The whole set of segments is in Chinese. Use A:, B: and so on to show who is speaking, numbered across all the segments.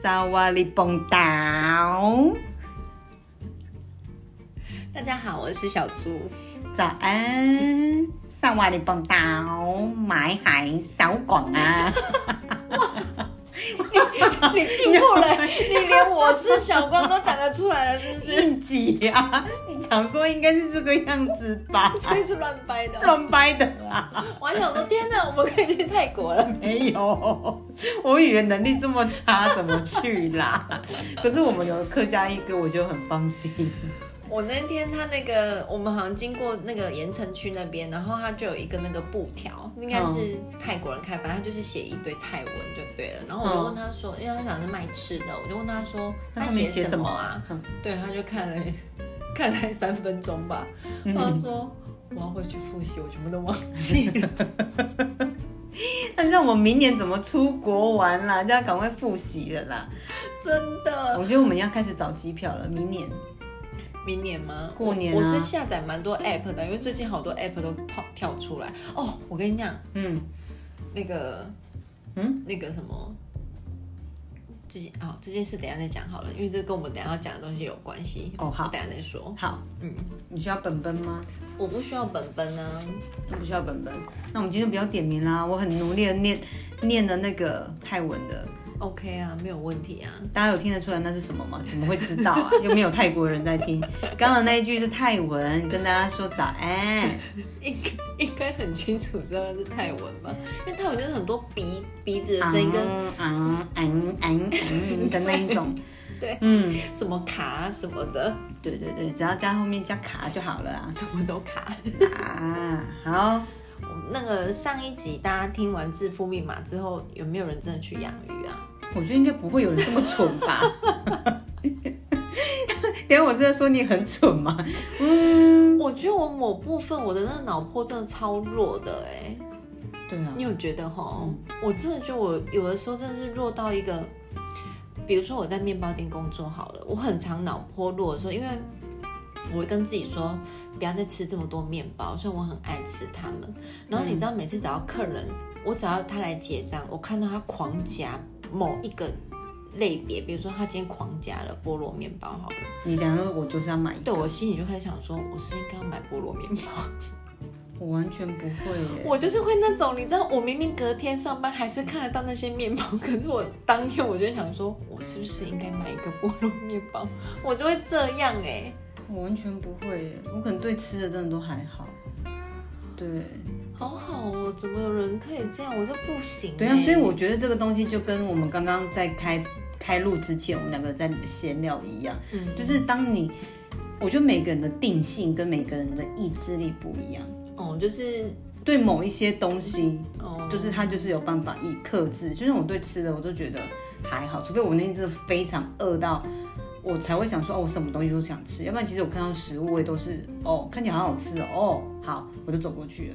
A: 萨瓦利蹦岛，
B: 大家好，我是小猪。
A: 早安，萨瓦利蹦岛，买海小广啊！
B: 你进步 了，你连我是小光都讲得出来了，是 不是？
A: 应急啊！你想说应该是这个样子吧？
B: 所以是乱掰的。
A: 乱掰的啦，
B: 我还想说，天哪，我们可以去泰国了。
A: 没有，我语言能力这么差，怎么去啦？可是我们有客家一哥，我就很放心。
B: 我那天他那个，我们好像经过那个盐城区那边，然后他就有一个那个布条，应该是泰国人开发，他就是写一堆泰文就对了。然后我就问他说，因为他想是卖吃的，我就问他说
A: 那
B: 嗯他
A: 上面
B: 写
A: 写
B: 什
A: 什么
B: 么啊？
A: 嗯
B: 对，他就看了 看了三分钟吧，他说我要回去复习，我全部都忘记了。
A: 那让我明年怎么出国玩啦？就要赶快复习了啦！
B: 真的，
A: 我觉得我们要开始找机票了，明年。
B: 明年吗？
A: 过年啊
B: 我我是下载蛮多 app 的，因为最近好多 app 都跑跳出来。哦，我跟你讲，
A: 嗯，
B: 那个，
A: 嗯，
B: 那个什么，这件啊、这件事等一下再讲好了，因为这跟我们等一下要讲的东西有关系。
A: 哦好
B: 等一下再说。
A: 好，
B: 嗯，
A: 你需要本本吗？
B: 我不需要本本啊，
A: 不需要本本。那我们今天就不要点名啦，我很努力的念念了那个泰文的，
B: ，OK 啊，没有问题啊。
A: 大家有听得出来那是什么吗？怎么会知道 啊？又没有泰国人在听。刚刚那一句是泰文，跟大家说早安。
B: 应该应该很清楚知道是泰文吧，因为泰文就是很多鼻鼻子的声音跟
A: 嗯嗯嗯嗯嗯的那一种。
B: 对
A: 嗯，
B: 什么卡什么的，
A: 对对对，只要加后面加卡就好了 啊。
B: 什么都卡。
A: 啊，好，
B: 那个上一集大家听完致富密码之后，有没有人真的去养鱼啊？
A: 我觉得应该不会有人这么蠢吧。 等一下我是在说你很蠢吗？
B: 我觉得我某部分我的那个脑波真的超弱的哎、
A: 对啊
B: 你，有觉得哈？我真的觉得我有的时候真的是弱到一个，比如说我在面包店工作好了，我很常脑波弱的时候，因为我会跟自己说不要再吃这么多面包，所以我很爱吃它们。然后你知道每次只要客人，我只要他来结账，我看到他狂夹某一个类别，比如说他今天狂夹了菠萝面包好了，
A: 你等一下说我就是要买一个
B: 对我心里就开始想说，我是应该要买菠萝面包。
A: 我完全不会耶。
B: 我就是会那种，你知道，我明明隔天上班还是看得到那些面包，可是我当天我就想说，我是不是应该买一个菠萝面包？ 我就会这样哎、
A: 我完全不会耶，我可能对吃的真的都还好。对，
B: 好好哦，怎么有人可以这样？我就不行、欸。
A: 对啊，所以我觉得这个东西就跟我们刚刚在开开录之前，我们两个在闲聊一样，
B: 嗯
A: 就是当你，我觉得每个人的定性跟每个人的意志力不一样，
B: 哦，就是
A: 对某一些东西，
B: 哦，
A: 就是他就是有办法以克制，就是我对吃的我都觉得还好，除非我那天真的非常饿到，我才会想说哦，我什么东西都想吃，要不然其实我看到食物我也都是哦，看起来好好吃哦，哦好，我就走过去了，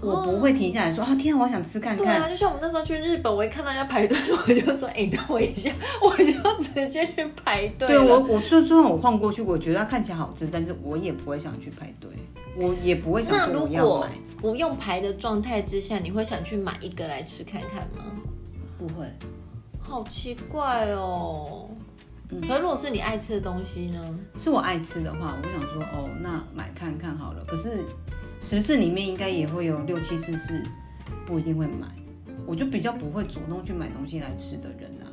A: 我不会停下来说啊天啊，我好想吃看
B: 对
A: 看，
B: 啊，就像我们那时候去日本，我一看到人家排队，我就说，哎、等我一下， 我就直接去排队
A: 对
B: 了。
A: 我我虽虽然我晃过去，我觉得它看起来好吃，但是我也不会想去排队，我也不会想
B: 那
A: 说
B: 如
A: 我要
B: 果
A: 买，
B: 不用排的状态之下，你会想去买一个来吃看看吗？
A: 不会。
B: 好奇怪哦。可是如果是你爱吃的东西呢？
A: 是我爱吃的话，我想说哦，那买看看好了。可是十次里面应该也会有六七次是不一定会买，我就比较不会主动去买东西来吃的人啊。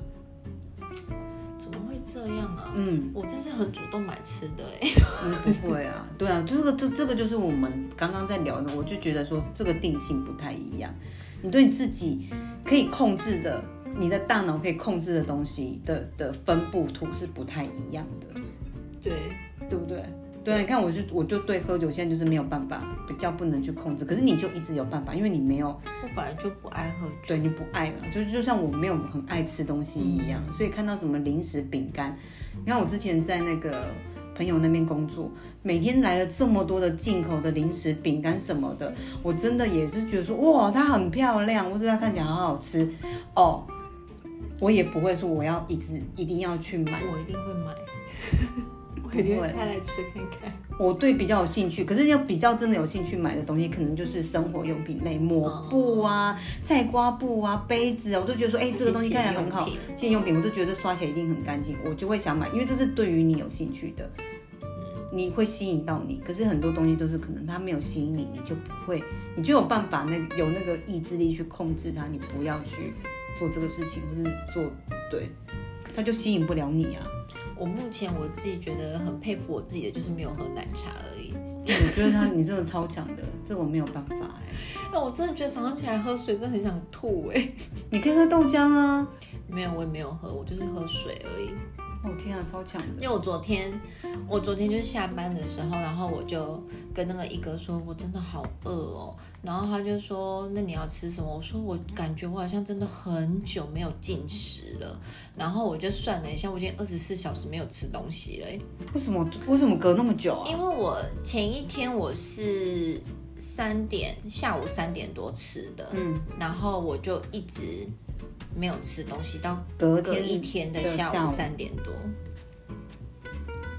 B: 怎么会这样啊？
A: 嗯，
B: 我真是很主动买吃的 哎、
A: 我不会啊，对啊，这个这这个就是我们刚刚在聊的，我就觉得说这个定性不太一样。你对你自己可以控制的，你的大脑可以控制的东西的的分布图是不太一样的。
B: 对，
A: 对不对？对啊，你看我就我就对喝酒现在就是没有办法，比较不能去控制。可是你就一直有办法，因为你没有
B: 我本来就不爱喝酒。
A: 对你不爱嘛，就就像我没有很爱吃东西一样，所以看到什么零食饼干，你看我之前在那个朋友那边工作，每天来了这么多的进口的零食饼干什么的，我真的也就觉得说哇，它很漂亮，或者它看起来好好吃哦，我也不会说我要一直一定要去买。
B: 我一定会买，我肯定会拆来吃看看。
A: 我对比较有兴趣，可是要比较真的有兴趣买的东西，可能就是生活用品类，抹布啊、菜瓜布啊、杯子啊，我都觉得说，哎、这个东西看起来很好
B: 清洁用，
A: 清洁用品，我都觉得刷起来一定很干净，我就会想买，因为这是对于你有兴趣的，你会吸引到你。可是很多东西都是可能它没有吸引你，你就不会，你就有办法那个有那个意志力去控制它，你不要去做这个事情，或是做对，它就吸引不了你啊。
B: 我目前我自己觉得很佩服我自己的，就是没有喝奶茶而已。
A: 我觉得他你真的超强的，这我没有办法哎、
B: 那我真的觉得早上起来喝水，真的很想吐哎、
A: 你可以喝豆浆啊！
B: 没有，我也没有喝，我就是喝水而已。
A: 哦天啊，超强的！
B: 因为我昨天，我昨天就是下班的时候，然后我就跟那个一哥说，我真的好饿哦。然后他就说，那你要吃什么？我说我感觉我好像真的很久没有进食了。然后我就算了一下，我已经二十四小时没有吃东西了耶。
A: 为什么为什么隔那么久啊？
B: 因为我前一天我是三点下午三点多吃的，
A: 嗯，
B: 然后我就一直没有吃东西，到
A: 隔
B: 隔
A: 天
B: 一天的下午三点多，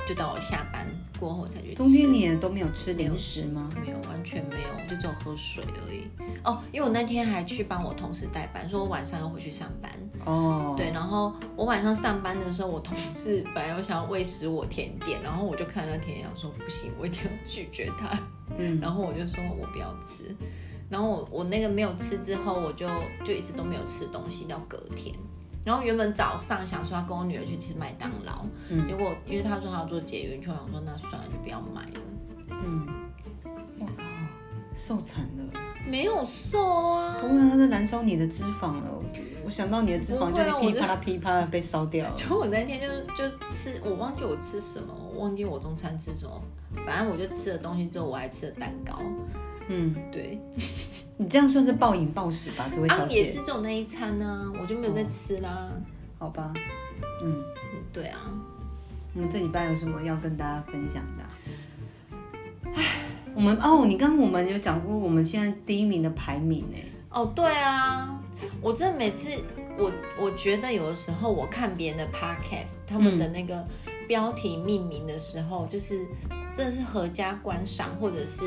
B: 就到我下班过后才去吃。
A: 中间你也都没有吃零食吗？
B: 没有，完全没有，我就只有喝水而已。哦，因为我那天还去帮我同事代班，说我晚上要回去上班。
A: 哦，
B: 对，然后我晚上上班的时候，我同事本来我想要喂食我甜点，然后我就看到甜点想说不行，我一定要拒绝他。
A: 嗯，
B: 然后我就说我不要吃，然后我我那个没有吃之后，我就就一直都没有吃东西到隔天。然后原本早上想说要跟我女儿去吃麦当劳，
A: 嗯
B: 结果因为她说她要做捷运，就想说那算了，就不要买了。
A: 嗯，我靠，受惨了！
B: 没有瘦啊，
A: 不过它是燃烧你的脂肪了，我想到你的脂肪
B: 不
A: 就
B: 会
A: 是噼啪啦
B: 啊
A: 噼啪啦被烧掉了。
B: 就我那天就是就吃，我忘记我吃什么，我忘记我中餐吃什么，反正我就吃了东西之后，我还吃了蛋糕。
A: 嗯，
B: 对，
A: 你这样算是暴饮暴食吧，这位
B: 啊
A: 小姐？
B: 也
A: 哦
B: 是只有那一餐呢、我就没有再吃啦。
A: 好吧，嗯，
B: 嗯对啊，
A: 我们这礼拜有什么要跟大家分享的啊、我们哦，你刚刚我们有讲过我们现在第一名的排名哎，
B: 哦对啊，我真的每次我我觉得有的时候我看别人的 podcast，他们
A: 嗯
B: 的那个标题命名的时候，就是真的是合家观赏，或者是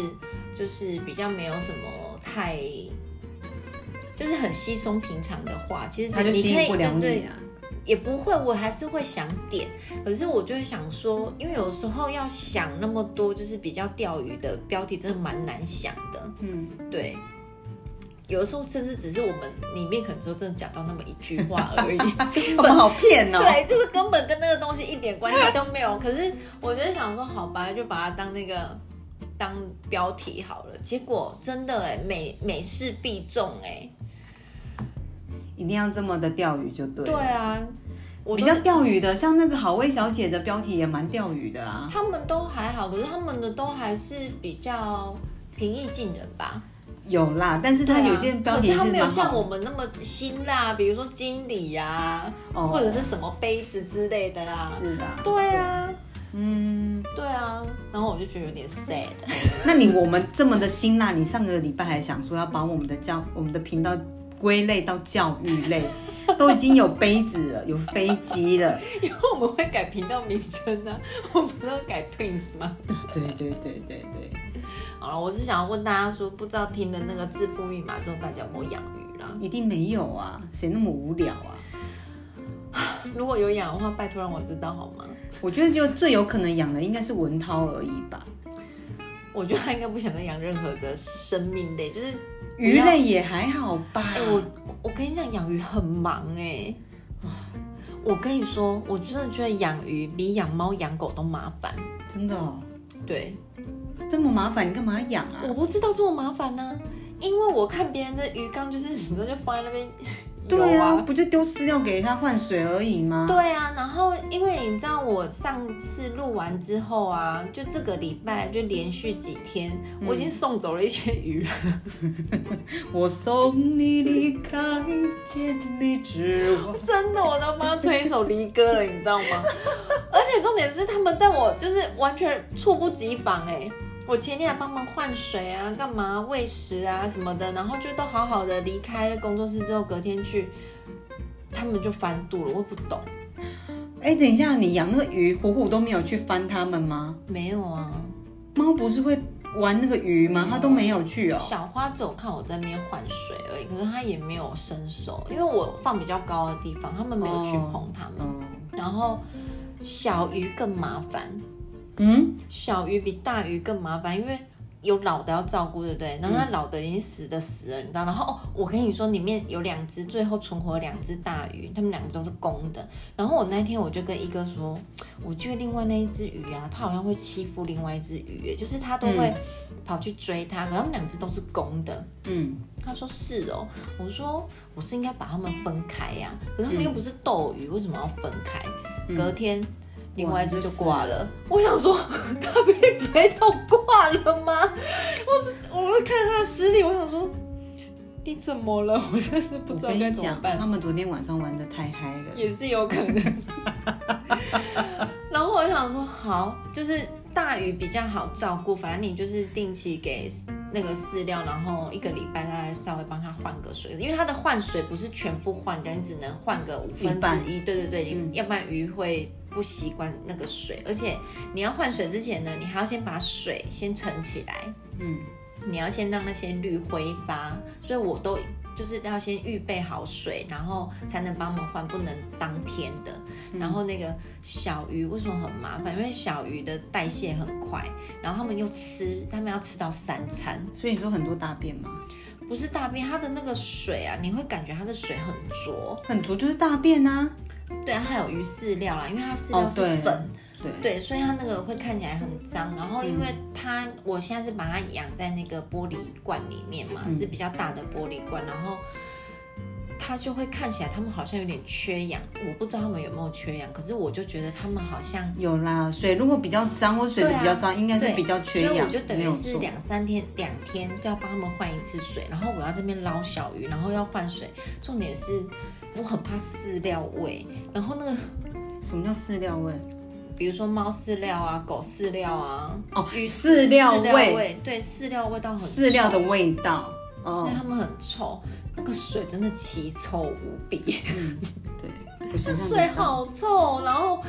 B: 就是比较没有什么太。就是很稀松平常的话，其实
A: 他就
B: 你
A: 吸
B: 可以
A: 引不了
B: 对对
A: 你啊。
B: 也不会，我还是会想点，可是我就会想说，因为有时候要想那么多，就是比较钓鱼的标题，真的蛮难想的。
A: 嗯，
B: 对，有的时候甚至只是我们里面可能就真的讲到那么一句话 而已，根
A: 我们
B: 本
A: 好骗哦。
B: 对，就是根本跟那个东西一点关系都没有。可是我就想说，好吧，就把它当那个当标题好了。结果真的哎，每每事必中哎，
A: 一定要这么的钓鱼就对了。
B: 对啊，我
A: 比
B: 都
A: 较钓鱼的，像那个好味小姐的标题也蛮钓鱼的啊。
B: 他们都还好，可是他们的都还是比较平易近人吧。
A: 有啦，但是它啊有些标题
B: 啊可是他没有
A: 蛮好
B: 像我们那么辛辣，比如说经理呀、啊，
A: 哦
B: 或者是什么杯子之类的啊。
A: 是的，
B: 对啊，
A: 嗯，
B: 对啊，然后我就觉得有点 sad。
A: 那你我们这么的辛辣，你上个礼拜还想说要把我们的教我们的频道归类到教育类， 都已经有杯子了，有飞机了，
B: 因为我们会改频道名称呢、啊， 我们不是要改 Twins 吗？
A: 对对对对对，
B: 好了，我是想要问大家说，不知道听了那个致富密码之后，大家有没有养鱼啦？
A: 一定没有啊，谁那么无聊啊？
B: 如果有养的话，拜托让我知道好吗？
A: 我觉得就最有可能养的应该是文涛而已吧，
B: 我觉得他应该不想再养任何的生命类，就是不
A: 鱼
B: 要
A: 类也还好吧。
B: 哎、我我跟你讲，养鱼很忙哎、我跟你说，我真的觉得养鱼比养猫养狗都麻烦。
A: 真的、哦、
B: 对，
A: 这么麻烦，你干嘛养啊？
B: 我不知道这么麻烦呢、啊因为我看别人的鱼缸，就是 你知道就放在那边
A: 对
B: 游
A: 啊，
B: 啊。
A: 不就丢饲料给它换水而已吗？
B: 对啊，然后因为你知道我上次录完之后啊，就这个礼拜就连续几天，我已经送走了一些鱼了。
A: 我送你离开千里之外。
B: 真的，我都帮他吹一首离歌了，你知道吗？ 而且重点是，他们在我就是完全猝不及防哎、我前天还帮忙换水啊，干嘛喂食啊什么的，然后就都好好的离开了工作室之后，隔天去，他们就翻肚了，我也不懂。
A: 哎，等一下，你养那个鱼，虎虎都没有去翻它们吗？
B: 没有啊，
A: 猫不是会玩那个鱼吗？它都没有去哦。
B: 小花只有看我在那边换水而已，可是它也没有伸手，因为我放比较高的地方，它们没有去碰它们。
A: 嗯
B: 然后小鱼更麻烦，
A: 嗯，
B: 小鱼比大鱼更麻烦，因为有老的要照顾，对不对？然后那老的已经死的死了，你知道？然后哦，我跟你说，里面有两只，最后存活了两只大鱼，它们两只都是公的。然后我那天我就跟一哥说，我觉得另外那一只鱼啊，它好像会欺负另外一只鱼，就是它都会跑去追它，可它们两只都是公的。
A: 嗯，
B: 他说是哦，我说我是应该把它们分开呀、可是他们又不是斗鱼，为什么要分开？隔天另外一只就挂了，我想说 它被追到挂了吗？我只我看它的尸体，我想说你怎么了？我真是不
A: 我
B: 知道
A: 跟
B: 该
A: 你
B: 怎么
A: 讲，
B: 办
A: 他。们昨天晚上玩的太嗨了。
B: 也是有可能。然后我想说，好，就是大鱼比较好照顾，反正你就是定期给那个饲料，然后一个礼拜大概稍微帮它换个水，因为它的换水不是全部换掉，你只能换个五分之一，对对对，你、要不然鱼会不习惯那个水，而且你要换水之前呢，你还要先把水先盛起来，
A: 嗯，
B: 你要先让那些绿挥发，所以我都就是要先预备好水，然后才能帮忙换，不能当天的。
A: 嗯
B: 然后那个小鱼为什么很麻烦？因为小鱼的代谢很快，然后他们又吃，他们要吃到三餐，
A: 所以你说很多大便吗？
B: 不是大便，它的那个水啊，你会感觉它的水很浊。
A: 很浊就是大便啊。
B: 对啊，还有鱼饲料啦，因为它饲料
A: 哦
B: 是
A: 对
B: 粉，
A: 对，
B: 对，所以它那个会看起来很脏。然后因为
A: 嗯
B: 它，我现在是把它养在那个玻璃罐里面嘛，
A: 嗯
B: 是比较大的玻璃罐，然后它就会看起来它们好像有点缺氧，我不知道它们有没有缺氧，可是我就觉得它们好像。
A: 有啦，水如果比较脏或水质比较脏，应该是
B: 对
A: 比较缺
B: 所以我
A: 氧
B: 就，等
A: 没
B: 于
A: 有
B: 是
A: 错。
B: 两三天，两天就要帮他们换一次水，然后我要这边捞小鱼，然后要换水。重点是我很怕饲料味，然后那个
A: 什么叫饲料味？
B: 比如说猫饲料啊、狗饲料啊、
A: 哦
B: 鱼
A: 饲料
B: 饲
A: 味
B: 味，对，饲料味道很臭
A: 饲料的，味道。
B: 因
A: 哦
B: 为，它们很臭，那个水真的奇臭无 比，
A: 对，我想象
B: 啊水
A: 得到。
B: 好臭。然后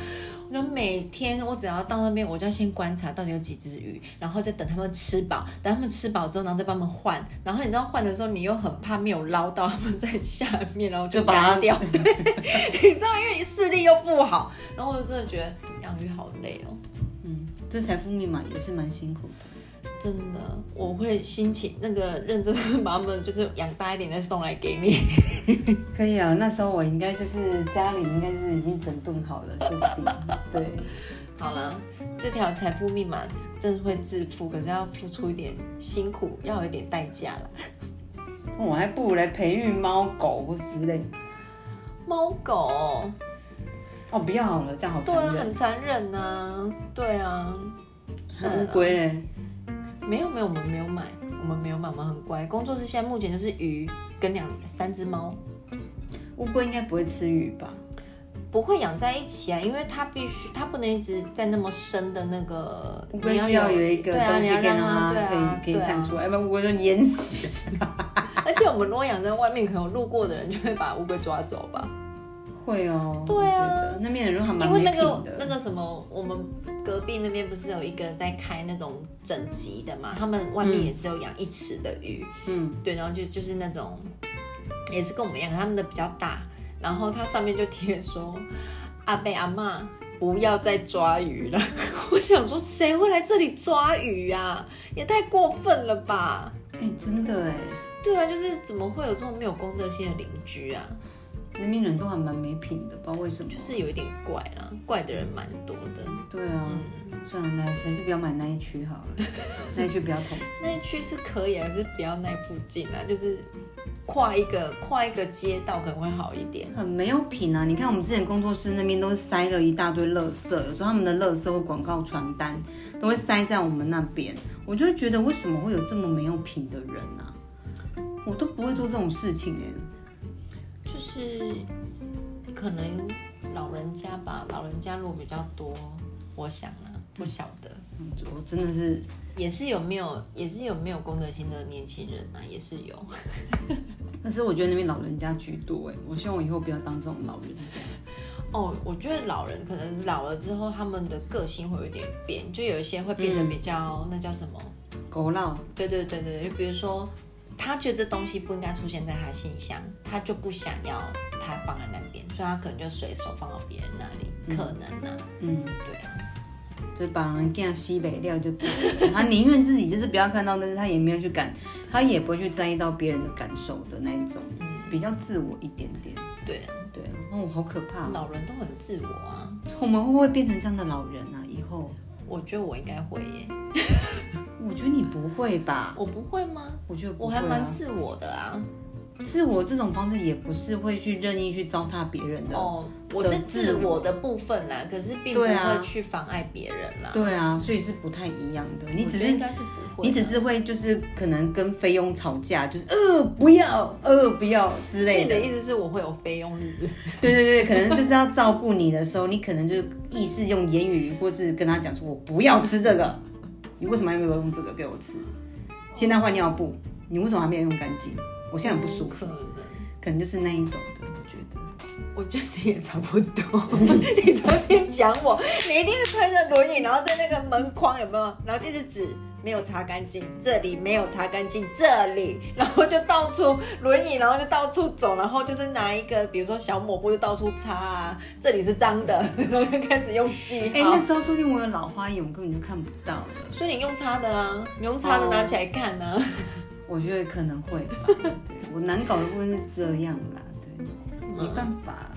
B: 我就每天我只要到那边，我就要先观察到底有几只鱼，然后就等它们吃饱，等它们吃饱之后，然后再帮它们换。然后你知道换的时候，你又很怕没有捞到它们在下面，然后
A: 就把它
B: 干 掉。对，你知道，因为你视力又不好，然后我就真的觉得养鱼好累哦。
A: 嗯，这财富密码也是蛮辛苦的。
B: 真的，我会心情那个认真地把它们就是养大一点再送来给 你。
A: 可以啊，那时候我应该就是家里应该是已经整顿好了，说不定。 对，
B: 好了，这条财富密码真的会致富，可是要付出一点辛苦，要有一点代价了。
A: 哦我还不如来培育猫狗或之类。
B: 猫狗，
A: 哦，不要好了，这样好残
B: 对啊，
A: 忍。
B: 很残忍啊，对啊，嗯
A: 那乌龟嘞？
B: 没有没有，我们没有买，我们没有买，我们很乖。工作室现在目前就是鱼跟两三只猫，
A: 乌龟应该不会吃鱼吧？
B: 不会养在一起啊，因为它必须，它不能一直在那么深的那个，
A: 乌龟
B: 你
A: 需要有一个
B: 对啊，
A: 东
B: 你
A: 西
B: 要
A: 可以
B: 让
A: 让它
B: 它对
A: 可
B: 啊
A: 以，可以
B: 对
A: 看出
B: 啊。
A: 来，要哎不然乌龟就淹死。
B: 而且我们如果养在外面，可能路过的人就会把乌龟抓走吧，
A: 会哦，
B: 对啊
A: 我觉得那边的人 还蛮
B: 因为
A: 没
B: 那
A: 品
B: 个
A: 的。
B: 那个什么，我们隔壁那边不是有一个在开那种整集的嘛，他们外面也是有养一尺的鱼，
A: 嗯，
B: 对，然后就就是那种也是跟我们一样，他们的比较大，然后它上面就贴说阿贝阿妈不要再抓鱼了。 我想说，谁会来这里抓鱼啊？也太过分了吧！
A: 哎，真的哎，
B: 对啊，就是怎么会有这种没有公德心的邻居啊？
A: 那边人都还蛮没品的，不知道为什么。
B: 就是有一点怪啦，怪的人蛮多的。
A: 对啊，算了，那还是不要买那一区 好了，那一区不要投资。
B: 那一区是可以啊，就是不要那附近啊，就是跨一个跨一个街道可能会好一点。
A: 很没有品啊！你看我们之前工作室那边都塞了一大堆垃圾，有时候他们的垃圾或广告传单都会塞在我们那边，我就会觉得为什么会有这么没有品的人啊？我都不会做这种事情哎、
B: 就是可能老人家吧，老人家路比较多，我想啊，不晓得，
A: 我真的是
B: 也是有没有，也是有没有公德心的年轻人啊，也是有。
A: 欸但是我觉得那边老人家居多哎，我希望我以后不要当这种老人。
B: 哦，我觉得老人可能老了之后，他们的个性会有点变，就有一些会变得比较、那叫什么？
A: 狗闹，
B: 对对对对，就比如说，他觉得这东西不应该出现在他信箱，他就不想要他放在那边，所以他可能就随手放到别人那里，可能啊，
A: 嗯，
B: 对啊，
A: 就把人家西北料就对了 他宁愿自己就是不要看到，但是他也没有去感，他也不会去在意到别人的感受的那一种，比较自我一点点。
B: 对啊，
A: 对啊，哦，好可怕哦、
B: 老人都很自我啊，
A: 我们会不会变成这样的老人啊？以后
B: 我觉得我应该会耶，
A: 我觉得你不会吧？
B: 我不会吗？
A: 我觉得不
B: 我
A: 会、啊，
B: 还蛮自我的啊，
A: 自我这种方式也不是会去任意去糟蹋别人的。
B: 哦，我是
A: 的
B: 自
A: 自
B: 我的部分啦，可是并不
A: 对啊
B: 会去妨碍别人啦，
A: 对啊，所以是不太一样的。你
B: 我
A: 只
B: 觉得应
A: 是
B: 该是不会，
A: 你只。是会就是可能跟菲佣吵架，就是呃不要呃不要之类
B: 你
A: 的
B: 的。意思是我会有费用，是不是？
A: 对对对，可能就是要照顾你的时候，你可能就是意识用言语或是跟他讲说，我不要吃这个，你为什么要给我用这个给我吃？现在换尿布，你为什么还没有用干净？我现在很不舒服，
B: 可能。
A: 可能就是那一种的，我觉得。
B: 我觉得你也差不多， 你在那边讲我，你一定是推着轮椅，然后在那个门框有没有？然后就是纸没有擦干净，这里没有擦干净，这里，然后就到处轮椅，然后就到处走，然后就是拿一个比如说小抹布就到处擦啊，这里是脏的， 然后就开始用记
A: 哎、
B: 号。
A: 那时候说不定我有老花眼，我根本就看不到了。
B: 所以你用擦的啊，你用擦的
A: 哦
B: 拿起来看啊。
A: 我觉得可能会 吧。对我难搞的部分是这样啦，对，没办法。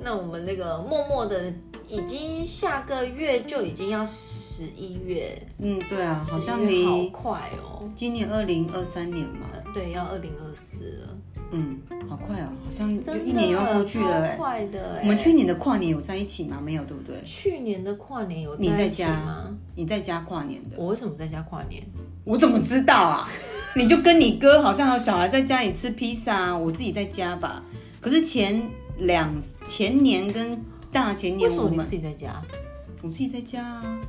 B: 那我们那个默默的，已经下个月就已经要十一月，
A: 嗯，对啊，好像
B: 11月好
A: 离
B: 快哦。
A: 今年二零二三年嘛，
B: 对，要二零二四了，
A: 嗯，好快哦，好像就
B: 真
A: 一年又要过去了、
B: 的
A: 哎
B: 超快的、欸。
A: 我们去年的跨年有在一起吗？没有，对不对？
B: 去年的跨年有
A: 你
B: 在
A: 在
B: 一起
A: 家
B: 吗？
A: 你在家跨年的，
B: 我为什么在家跨年？
A: 我怎么知道啊？ 你就跟你哥好像有小孩在家里吃披萨、啊，我自己在家吧。可是前两前年跟大前
B: 为
A: 年
B: 什
A: 我
B: 么你
A: 们
B: 自己在家？
A: 我自己在家啊，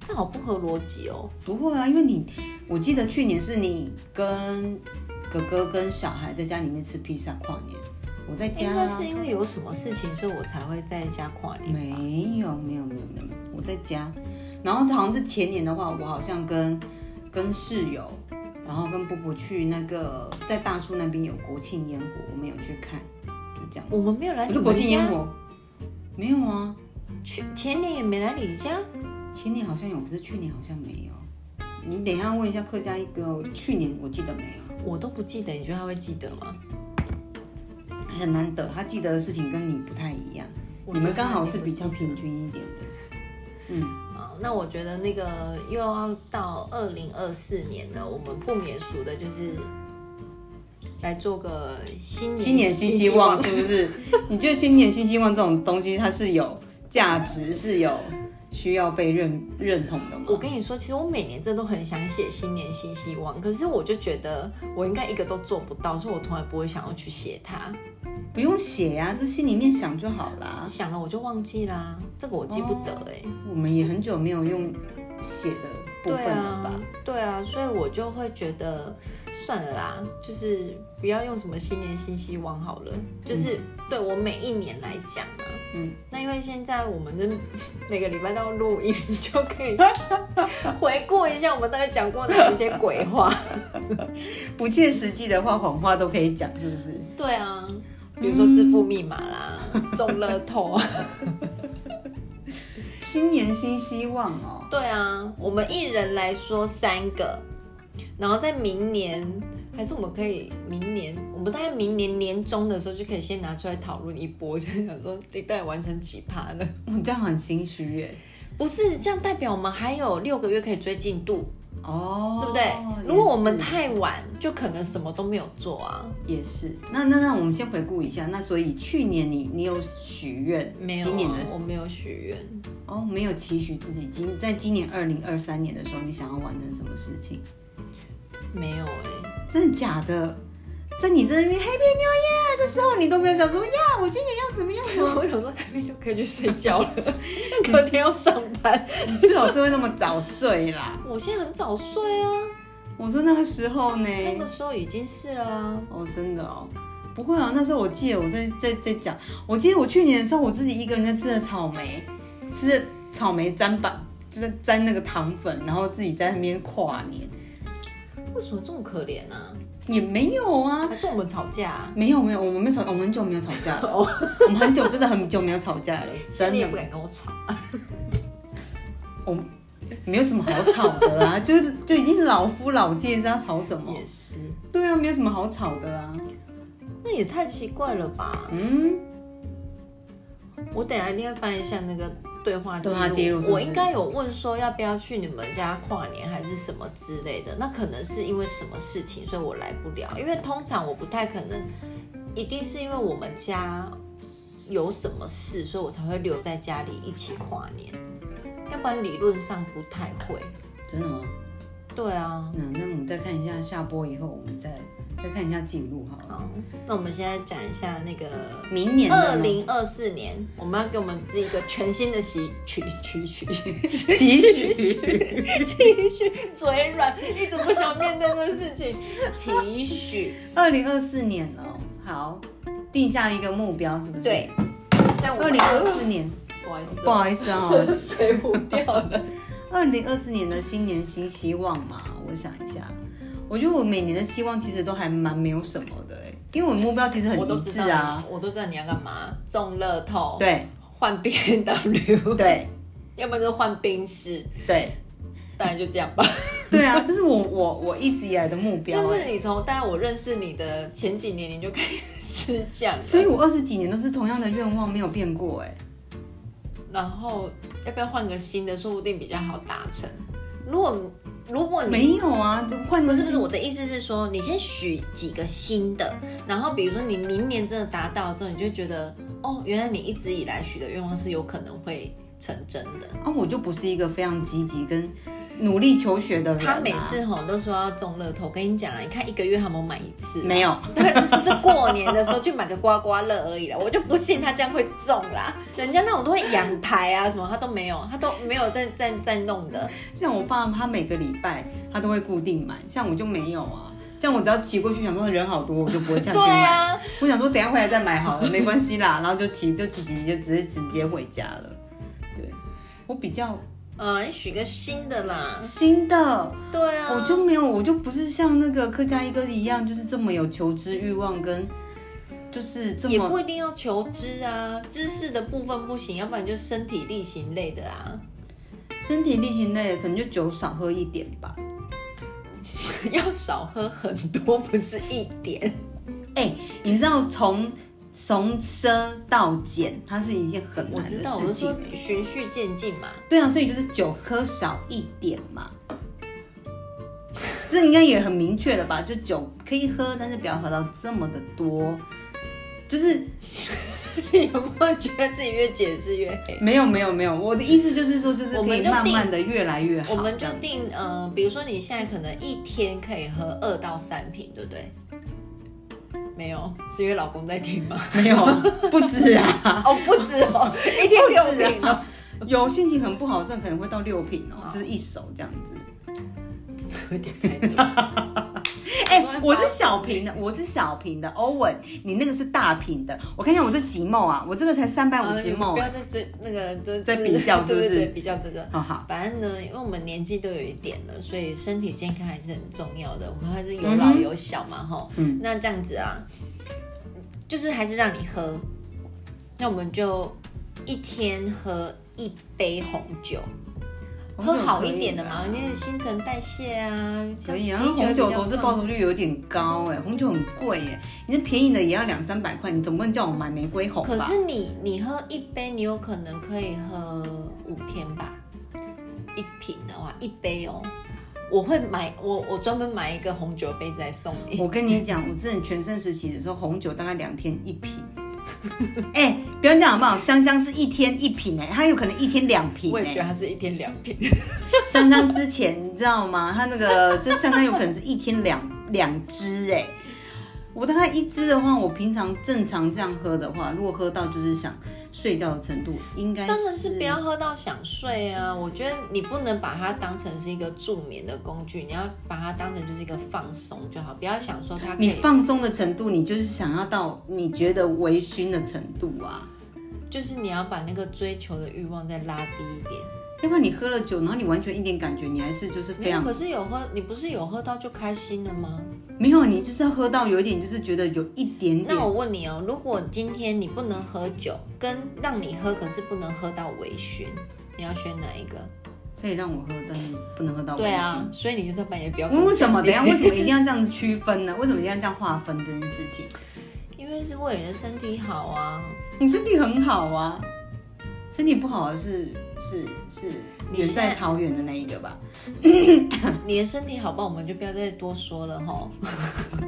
B: 这好不合逻辑哦。
A: 不会啊，因为你我记得去年是你跟哥哥跟小孩在家里面吃披萨跨年，我在家、
B: 应
A: 啊
B: 该、是因为有什么事情，所以我才会在家跨年。
A: 没有没有没有没有，我在家。然后好像是前年的话，我好像跟跟室友，然后跟布布去那个在大树那边有国庆烟火，我们有去看，就这样。
B: 我们没有来
A: 不
B: 啊你
A: 是国
B: 们
A: 庆烟
B: 家，
A: 火，没有啊，
B: 去前年也没来你家。
A: 前年好像有，可是去年好像没有。你等一下问一下客家一哥哦，去年我记得没有。
B: 我都不记得，你觉得他会记得吗？
A: 很难得，他记得的事情跟你不太一样，
B: 我
A: 你
B: 觉得
A: 们刚好
B: 他一定
A: 是
B: 会
A: 比较
B: 记得
A: 平均一点的。嗯
B: 好，啊那我觉得那个又要到二零二四年了，我们不免俗的就是来做个新年
A: 新年新希望是不是？你觉得新年新希望这种东西，它是有价值，是有需要被认认同的吗？
B: 我跟你说，其实我每年真的都很想写新年新希望，可是我就觉得我应该一个都做不到，所以我从来不会想要去写它。
A: 不用写呀、这心里面想就好啦。
B: 想了我就忘记啦，这个我记不得哎、
A: 我们也很久没有用写的部
B: 对
A: 分了吧？
B: 啊，对啊，所以我就会觉得算了啦，就是不要用什么新年新希望好了，就是、对我每一年来讲啊，嗯
A: 嗯，
B: 那因为现在我们这每个礼拜都要录音，就可以回顾一下我们大概讲过哪一些鬼 话。啊
A: 不切实际的话，谎话都可以讲，是不是？
B: 对啊，比如说支付密码啦，中乐透啊，
A: 新年新希望哦，
B: 对啊，我们一人来说三个，然后在明年。还是我们可以明年，我们大概明年年中的时候就可以先拿出来讨论一波， 就是想说你到底完成几趴了？
A: 我这样很心虚耶。
B: 不是这样，代表我们还有六个月可以追进度，
A: 哦，
B: 对不对？如果我们
A: 也是
B: 太晚，就可能什么都没有做啊。
A: 也是，那那那我们先回顾一下，那所以去年你你有许愿，
B: 没有、啊，
A: 今年的
B: 我没有许愿，
A: 哦，没有期许自己今在今年二零二三年的时候，你想要完成什么事情？
B: 没有哎、
A: 真的假的？在你这边 Happy New Year 这时候，你都没有想说呀，我今年要怎么 样？
B: 我想说，那边就可以去睡觉了， 隔天要上班。
A: 你至少是会那么早睡啦。
B: 我现在很早睡啊，
A: 我说那个时候呢，
B: 那个时候已经是啦、
A: 哦，真的哦，不会啊，那时候我记得我在在在讲，我记得我去年的时候我自己一个人在吃的草莓，吃草莓沾板沾沾那个糖粉，然后自己在那边跨年，
B: 为什么这么可怜啊？
A: 也没有啊，
B: 还是我们吵架、啊？
A: 没有没有，我们没有吵，我们很久没有吵架 了，我们很久真的很久没有吵架了，真
B: 哦你也
A: 的
B: 不敢跟我吵，啊
A: 没有什么好吵的 啊，就是就已经老夫老妻，是要吵什么？
B: 也是，
A: 对啊，没有什么好吵的啊，
B: 那也太奇怪了吧？
A: 嗯，
B: 我等一下一定会翻一下那个对话记
A: 对话记录是不是
B: 我应该有问说要不要去你们家跨年还是什么之类的。那可能是因为什么事情，所以我来不了。因为通常我不太可能，一定是因为我们家有什么事，所以我才会留在家里一起跨年。要不然理论上不太会。
A: 真的吗？
B: 对啊，
A: 嗯，那我们再看一下下播以后，我们再再看一下记录好了。
B: 好，那我们现在讲一下那个
A: 明年
B: 二
A: 的呢
B: 零二四年，我们要给我们自己一个全新的期曲曲曲
A: 期许
B: 许期许，嘴软，一直不想面对这个事情。期许，
A: 二零二四年了，好，定下一个目标是不是？
B: 对，但我
A: 二零二四年，
B: 不好意思
A: 不
B: 哦，
A: 好意思哦，
B: 水壶掉了。
A: 二零二四年的新年新希望嘛，我想一下，我觉得我每年的希望其实都还蛮没有什么的哎，因为我的目标其实很
B: 我都
A: 一
B: 知
A: 致
B: 道你
A: 啊，，
B: 我都知道你要干嘛，中乐透，，
A: 对
B: 换 B N W，，
A: 对
B: 要不然就换冰室，
A: 对
B: 大概就这样吧。
A: 对啊， 这是我我我一直以来的目标
B: 这
A: 欸，
B: 是你从大概我认识你的前几年你就开始讲了，
A: 所以我二十几年都是同样的愿望没有变过哎，
B: 然后要不要换个新的，说不定比较好达成。如果如果你
A: 没有啊，就换
B: 不
A: 的
B: 是不是，我的意思是说，你先许几个新的，然后比如说你明年真的达到之后，你就会觉得哦，原来你一直以来许的愿望是有可能会成真的。
A: 啊，我就不是一个非常积极跟努力求学的人、啊，
B: 他每次吼都说要中乐透，我跟你讲了，你看一个月他们买一次，
A: 没有。
B: 对，就是过年的时候去买个刮刮乐而已了。我就不信他这样会中啦，人家那种都会养牌啊什么，他都没有，他都没有在在在弄的。
A: 像我爸他每个礼拜他都会固定买，像我就没有啊。像我只要骑过去，想说人好多，我就不会这样去
B: 对
A: 买。
B: 啊，
A: 我想说等一下回来再买好了，没关系啦。然 后就骑就骑骑骑就直接直接回家了。对我比较
B: 呃，你许个新的啦。
A: 新的，
B: 对啊，
A: 哦我就没有，我就不是像那个客家一哥一样，就是这么有求知欲望跟就是这
B: 也
A: 么
B: 不一定要求知啊，知识的部分不行，要不然就身体力行类的啊。
A: 身体力行类，可能就酒少喝一点吧。
B: 要少喝很多，不是一点。
A: 哎、你知道从从奢到俭，它是一件很
B: 我
A: 难的
B: 知
A: 事
B: 道，
A: 情。
B: 我是说循序渐进嘛。
A: 对啊，所以就是酒喝少一点嘛。这应该也很明确了吧？就酒可以喝，但是不要喝到这么的多。就是
B: 你有没有觉得自己越解释越黑？
A: 没有没有没有，我的意思就是说，就是
B: 我
A: 可
B: 们
A: 以
B: 就
A: 慢
B: 定
A: 慢的越来越好。
B: 我们就定，呃，比如说你现在可能一天可以喝二到三瓶，对不对？没有，是因为老公在听吗？
A: 没有不止啊，
B: 哦，不止哦，一天六瓶哦。
A: 有心情很不好的时候可能会到六瓶哦，就是一手这样子。
B: 有点太多。
A: 哎、我是小瓶的，我是小瓶的。欧文，你那个是大瓶的。我看一下我这几毛啊，我这个才三百五十
B: 好
A: 毛
B: 呃
A: 啊
B: 不。要再追那个，就
A: 在比较是
B: 对
A: 不是
B: 对对，比较这个。
A: 好哦好，
B: 反正呢，因为我们年纪都有一点了，所以身体健康还是很重要的。我们还是有老有小嘛，吼、
A: 嗯
B: 那这样子啊，就是还是让你喝，那我们就一天喝一杯红酒，喝好一点的嘛，
A: 哦红酒可以
B: 你
A: 啦
B: 的新陈代谢啊，像
A: 可以啊，
B: 啤
A: 红酒
B: 比较
A: 投资
B: 放
A: 报酬率有点高哎、红酒很贵哎、你那便宜的也要两三百块，你总不能叫我买玫瑰红吧？
B: 可是你你喝一杯，你有可能可以喝五天吧，一瓶的话一杯哦。我会买，我我专门买一个红酒杯子来送你。
A: 我跟你讲，我之前全盛时期的时候，红酒大概两天一 瓶。哎、不要这样好不好？香香是一天一瓶哎、它有可能一天两瓶
B: 我
A: 哎、
B: 也觉得它是一天两瓶，
A: 香香之前你知道吗？它那个就香香有可能是一天两两支哎、我大概一支的话，我平常正常这样喝的话，如果喝到就是想睡觉的程度，应该
B: 当然是不要喝到想睡啊！我觉得你不能把它当成是一个助眠的工具，你要把它当成就是一个放松就好，不要想说它可
A: 你
B: 以
A: 放松的程度，你就是想要到你觉得微醺的程度啊。
B: 就是你要把那个追求的欲望再拉低一点。
A: 要不然你喝了酒，然后你完全一点感觉，你还是就是非
B: 没有，
A: 常
B: 可是有喝，你不是有喝到就开心了吗？
A: 没有，你就是要喝到有一点，就是觉得有一点点
B: 那我问你哦，如果今天你不能喝酒，跟让你喝，可是不能喝到微醺，你要选哪一个？
A: 可以让我喝，但是不能喝到微醺嗯
B: 对啊，所以你就在半夜不要。
A: 为什么？等一下为什么一定要这样子区分呢？为什么一定要这样划分这件事情？
B: 因为是为你的身体好啊。
A: 你身体很好啊，身体不好的是是是
B: 你
A: 远
B: 现在
A: 在桃园的那一个吧？
B: 你的身体好不好，我们就不要再多说了吼。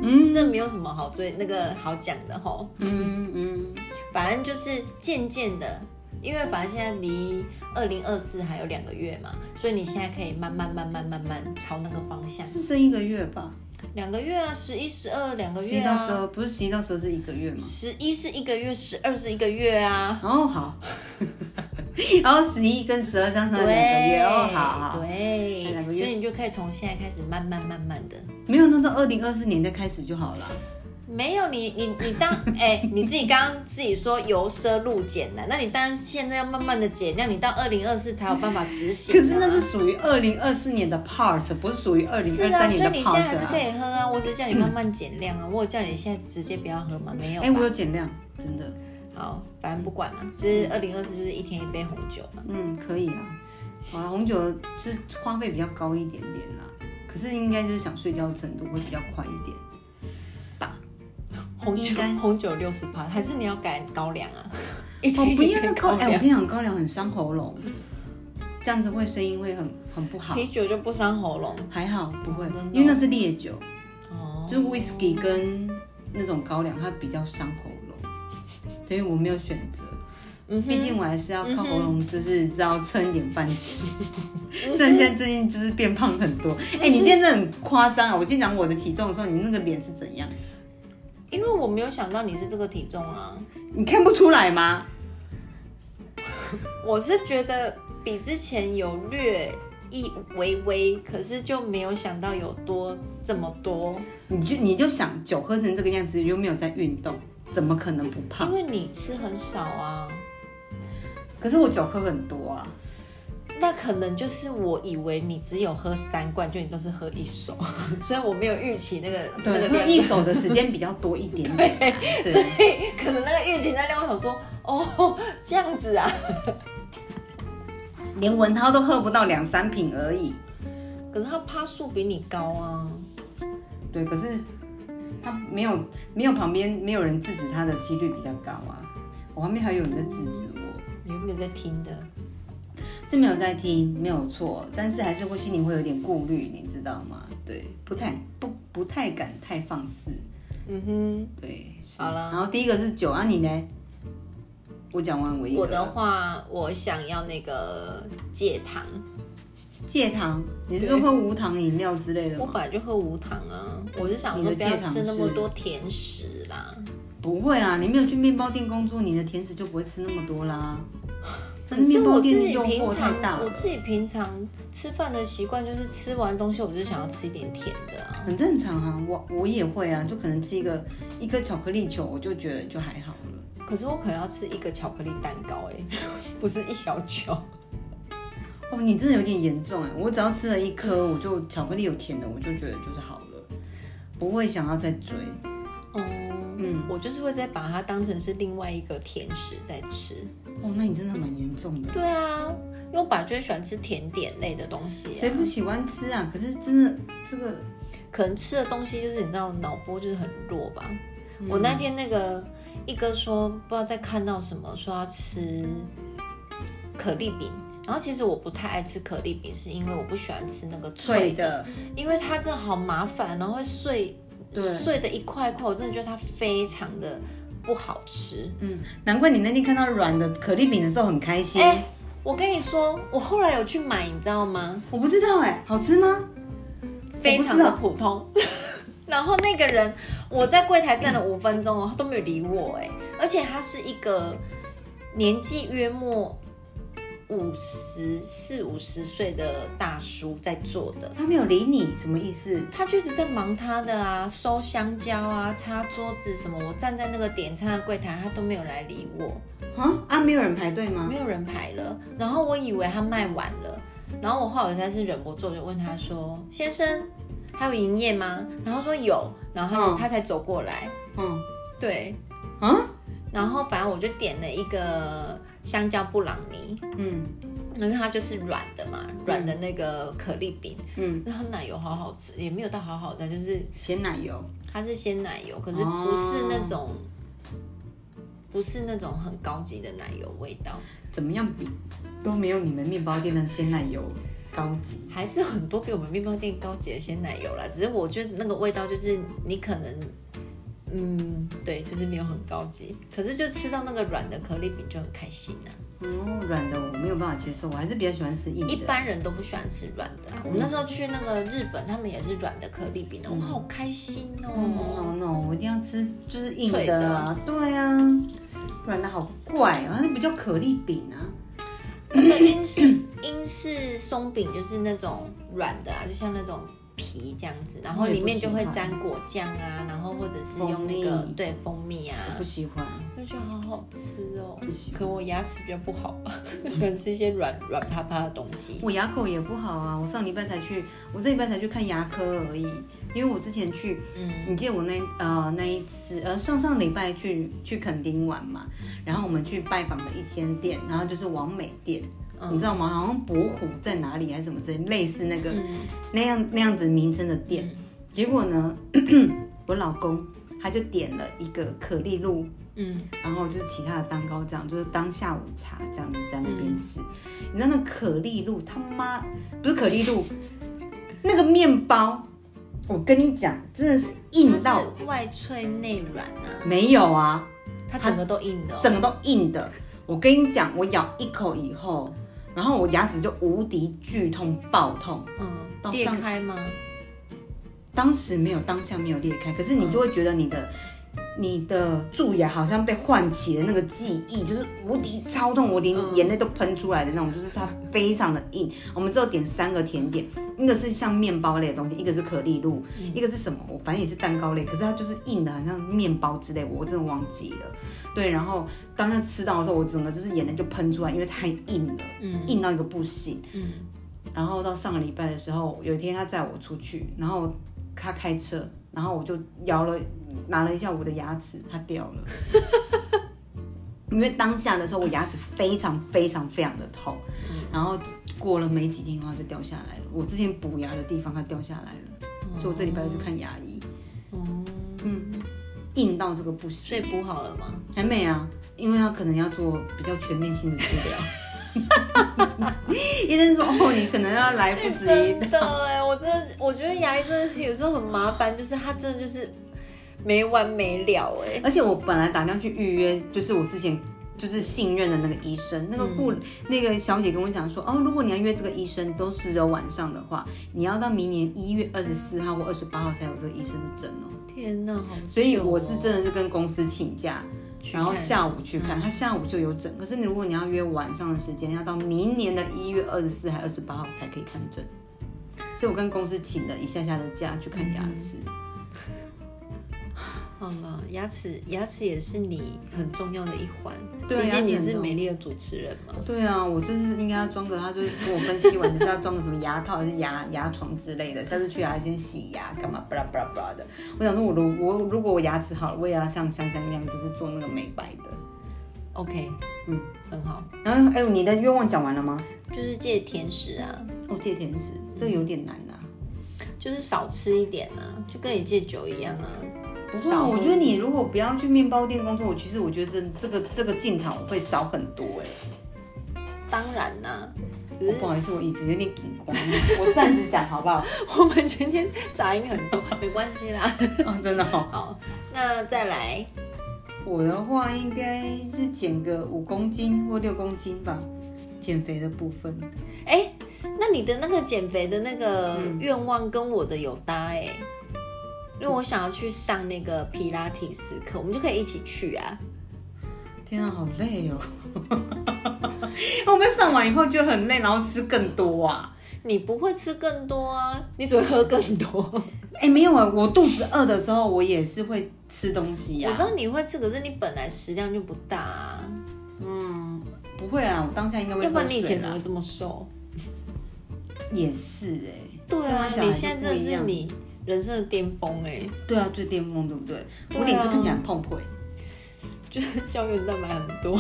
A: 嗯
B: 这没有什么好追那个好讲的吼。
A: 嗯嗯，
B: 反正就是渐渐的，因为反正现在离二零二四还有两个月嘛，所以你现在可以慢慢慢慢慢慢朝那个方向。
A: 是剩一个月吧？
B: 两个月啊，十一、十二两个
A: 十
B: 月
A: 一到十
B: 啊。
A: 二，不是十一到十二是一个月吗？
B: 十一是一个月，十二是一个月啊。
A: 哦好， 然后十一跟十二相差两个月哦，好好，
B: 对
A: 还，两个
B: 所
A: 月
B: 以你就可以从现在开始慢慢慢慢的。
A: 没有，那到二零二四年再开始就好了。
B: 没有你，你你 当哎、你自己刚刚自己说由奢入俭的，那你当然现在要慢慢的减量，你到二零二四才有办法执行、啊。
A: 可是那是属于二零二四年的 part，不是属于二零
B: 是
A: 二
B: 啊，
A: 三
B: 所以
A: 年的
B: 你
A: part
B: 现在还是可以喝啊，我只是叫你慢慢减量啊，我有叫你现在直接不要喝嘛，没有吧
A: 哎，我有减量，真的，
B: 好，反正不管了、就是二零二四就是一天一杯红酒嘛。
A: 嗯，可以啊。好了，红酒就是花费比较高一点点啦，可是应该就是想睡觉的程度会比较快一点。
B: 红
A: 应该
B: 红酒六十趴，还是你要改高粱啊？ 一
A: 哦
B: 天，一
A: 不要
B: 杯
A: 那高
B: 高
A: 哎、我
B: 粱
A: 跟，你讲，高粱很伤喉咙，这样子会声音会很很不好。
B: 啤酒就不伤喉咙
A: 还好不会
B: 真的哦，
A: 因为那是烈酒，
B: 哦。
A: 就是 whisky 跟那种高粱，它比较伤喉咙，所以我没有选择。
B: 嗯
A: 毕竟我还是要靠喉咙，就是知道撑一点饭吃。虽然现在最近就是变胖很多，哎、你今天真的很夸张啊！我今天讲我的体重的时候，你那个脸是怎样？
B: 因为我没有想到你是这个体重啊。
A: 你看不出来吗？
B: 我是觉得比之前有略一微微，可是就没有想到有多这么多，
A: 你就你就想酒喝成这个样子，又没有在运动，怎么可能不
B: 因
A: 胖？
B: 为你吃很少啊。
A: 可是我酒喝很多啊。
B: 那可能就是我以为你只有喝三罐，就你都是喝一手， 所以我没有预期那个那个
A: 对，
B: 量
A: 那 一手的时间比较多一点点。啊对，
B: 嘿可能那个预期那量，我想说哦这样子啊。
A: 连文涛都喝不到两三瓶而已。
B: 可是他趴数比你高啊，
A: 对，可是他没有没有旁边没有人制止他的几率比较高啊。我旁边还有人在制止我，
B: 你有没有在听的？
A: 是没有在听，没有错，但是还是会心里会有点顾虑，你知道吗？对，不太不不太敢太放肆。
B: 嗯哼。
A: 对，是
B: 好啦
A: 然后第一个是酒，啊你呢？我讲完我一个
B: 我的话，我想要那个戒糖，
A: 戒糖，你是说喝无糖饮料之类的
B: 我
A: 吗？
B: 本来就喝无糖啊，我是想说
A: 你的
B: 不要
A: 戒糖
B: 吃那
A: 是
B: 么多甜食啦。
A: 不会啦，你没有去面包店工作，你的甜食就不会吃那么多 啦。
B: 可
A: 但
B: 是
A: 面包
B: 我
A: 店
B: 自
A: 的
B: 己
A: 诱
B: 平
A: 惑太大
B: 常
A: 了
B: 我自己平常吃饭的习惯就是吃完东西我就想要吃一点甜的啊。
A: 很正常啊，我我也会啊，就可能吃一个一颗巧克力球，我就觉得就还好了。
B: 可是我可能要吃一个巧克力蛋糕哎、 不是一小球。
A: 哦，你真的有点严重哎！我只要吃了一颗，我就巧克力有甜的，我就觉得就是好了，不会想要再追。
B: 哦，嗯，我就是会再把它当成是另外一个甜食在吃。
A: 哦，那你真的蛮严重的，
B: 对啊，因为我本来就会喜欢吃甜点类的东西、啊。
A: 谁不喜欢吃啊？可是真的这个
B: 可能吃的东西就是你知道脑波就是很弱吧。我那天那个一哥说不知道在看到什么，说要吃可丽饼，然后其实我不太爱吃可丽饼，是因为我不喜欢吃那个脆
A: 脆
B: 的，
A: 的，
B: 因为它真的好麻烦，然后会碎
A: 对
B: 碎的一块一块，我真的觉得它非常的不好吃。
A: 嗯，难怪你那天看到软的可丽饼的时候很开心。
B: 哎、我跟你说，我后来有去买，你知道吗？
A: 欸我不知道哎、好吃吗？
B: 非常
A: 我
B: 的
A: 不知
B: 普通。 然后那个人，我在柜台站了五分钟哦，他都没有理我哎，而且他是一个年纪约莫五十四五十岁的大叔在做的，
A: 他没有理你，什么意思？
B: 他就一直在忙他的啊，收香蕉啊，擦桌子什么。我站在那个点餐的柜台，他都没有来理我，
A: 啊啊，没有人排队吗？
B: 没有人排了。然后我以为他卖完了，然后我后来实在是忍不住，我就问他说：“先生，还有营业吗？”然后他说有，然后他就、
A: 嗯
B: 他才走过来。
A: 嗯
B: 对，
A: 啊
B: 然后反正我就点了一个香蕉布朗尼，
A: 嗯
B: 因为它就是软的嘛，软的那个可丽饼，
A: 嗯，
B: 然后奶油好好吃，也没有到好好的，就是
A: 咸奶油
B: 它是鲜奶油，可是不是那种、不是那种很高级的奶油味道，
A: 怎么样比都没有你们面包店的鲜奶油高级。
B: 还是很多比我们面包店高级的鲜奶油啦。只是我觉得那个味道就是你可能。嗯，对，就是没有很高级，可是就吃到那个软的可丽饼就很开心啊。
A: 嗯，软的我没有办法接受，我还是比较喜欢吃硬
B: 一
A: 的。
B: 般人都不喜欢吃软的、啊。我们那时候去那个日本，他们也是软的可丽饼
A: 嗯
B: 的，我好开心哦。
A: no no，我一定要吃就是硬
B: 脆
A: 的啊，对啊，不然的好怪啊，它是比较可丽饼啊。
B: 那个英 式英式松饼就是那种软的啊，就像那种皮这样子，然后里面就会沾果酱啊，然后或者是用那个
A: 蜂蜜
B: 对蜂蜜啊，
A: 不喜欢，
B: 我就觉得好好吃哦
A: 不喜。欢
B: 可我牙齿比较不好 吧，喜欢吃一些软软趴趴的东西。
A: 我牙口也不好啊。我上礼拜才去，我这礼拜才去看牙科而已。因为我之前去，
B: 嗯
A: 你记得我那呃那一次呃上上礼拜去去垦丁玩嘛，然后我们去拜访了一间店，然后就是王美店，你知道吗？好像博虎在哪里还是什么之类，类似那个、
B: 嗯
A: 那样那样子名称的店。结果呢， 我老公他就点了一个可丽露
B: 嗯，
A: 然后就是其他的蛋糕，这样就是当下午茶这样子在那边吃。
B: 嗯
A: 你知道那可丽露他妈不是可丽露，那个面包，我跟你讲，真的是硬
B: 它
A: 到
B: 是外脆内软啊，
A: 没有啊，
B: 它整个都硬的、哦。
A: 整个都硬的。我跟你讲，我咬一口以后，然后我牙齿就无敌剧痛爆痛。
B: 嗯，
A: 到
B: 裂
A: 上
B: 开吗？
A: 当时没有，当下没有裂开，可是你就会觉得你的、你的蛀牙好像被唤起了那个记忆，就是无敌超痛，我连
B: 嗯
A: 眼泪都喷出来的那种，就是它非常的硬。我们只有点三个甜点，一个是像面包类的东西，一个是可丽露，一个是什么？我反正也是蛋糕类，可是它就是硬的，好像面包之类，我真的忘记了。对，然后当下吃到的时候，我整个就是眼泪就喷出来，因为太硬了，
B: 嗯
A: 硬到一个不行。
B: 嗯
A: 然后到上个礼拜的时候，有一天他载我出去，然后他开车，然后我就摇了，拿了一下我的牙齿，它掉了。因为当下的时候，我牙齿非常非常非常的痛，然后过了没几天，它就掉下来了。我之前补牙的地方它掉下来了，所以我这礼拜就去看牙医，
B: 嗯，
A: 硬到这个不行。
B: 所以补好了吗？
A: 还没啊，因为他可能要做比较全面性的治疗。医生说：“哦，你可能要来不止一
B: 真的哎，我真的，我觉得牙医真的有时候很麻烦，就是他真的就是没完没了哎。
A: 而且我本来打电话去预约，就是我之前就是信任的那个医生，那个护、
B: 嗯
A: 那个小姐跟我讲说，哦，如果你要约这个医生都是只有晚上的话，你要到明年一月二十四号或二十八号才有这个医生的诊哦。
B: 天哪，好久哦
A: 所以我是真的是跟公司请假，
B: 去看嗯
A: 然后下午去看，他下午就有诊。可是你如果你要约晚上的时间，要到明年的一月二十四还二十八号才可以看诊。所以我跟公司请了一下下的假去看
B: 嗯
A: 牙齿。
B: 好了，牙齿牙齿也是你很重要的一环，
A: 对
B: 毕竟你
A: 牙齿很
B: 是
A: 重要
B: 美丽的主持人嘛。
A: 对啊，我这是应该要装个，他就是跟我分析完，就是要装个什么牙套还是牙牙床之类的，下次去还要先洗牙，干嘛巴拉巴拉巴拉的。我想说我如我如果我牙齿好了，我也要像香香那样，就是做那个美白的。
B: OK，
A: 嗯，
B: 很好，
A: 然后哎、你的愿望讲完了吗？
B: 就是戒甜食啊，
A: 哦，戒甜食，这个有点难啊。
B: 就是少吃一点啊，就跟你戒酒一样啊。
A: 不会啊，
B: 少喝
A: 我觉得你如果不要去面包店工作，我其实我觉得这这个这个镜头会少很多哎、哦
B: 当然啦、 只是
A: 不好意思，我椅子有点紧光，我站着讲好不好？
B: 我们今天杂音很多，没关系啦。
A: 哦，真的好、
B: 好，那再来，
A: 我的话应该是减个五公斤或六公斤吧，减肥的部分。
B: 哎、
A: 嗯
B: 那你的那个减肥的那个愿望跟我的有搭哎、因为我想要去上那个皮拉提斯课，我们就可以一起去啊。
A: 天啊，好累哦！ 我们上完以后就很累，然后吃更多啊。
B: 你不会吃更多啊，你只会喝更多。
A: 哎、没有啊，我肚子饿的时候我也是会吃东西 啊呀、
B: 我知道你会吃，可是你本来食量就不大啊，
A: 嗯，不会啊，我当下应该会喝水啦。
B: 要不然你以前怎么会啊这么瘦？
A: 也是哎、
B: 对啊，
A: 生完小孩
B: 你现在真的
A: 就不一
B: 是
A: 样
B: 你人生的巅峰哎、
A: 对啊，最巅峰对不对？
B: 对啊
A: 我脸就看起来很欸碰腿，
B: 就是胶原蛋白很多，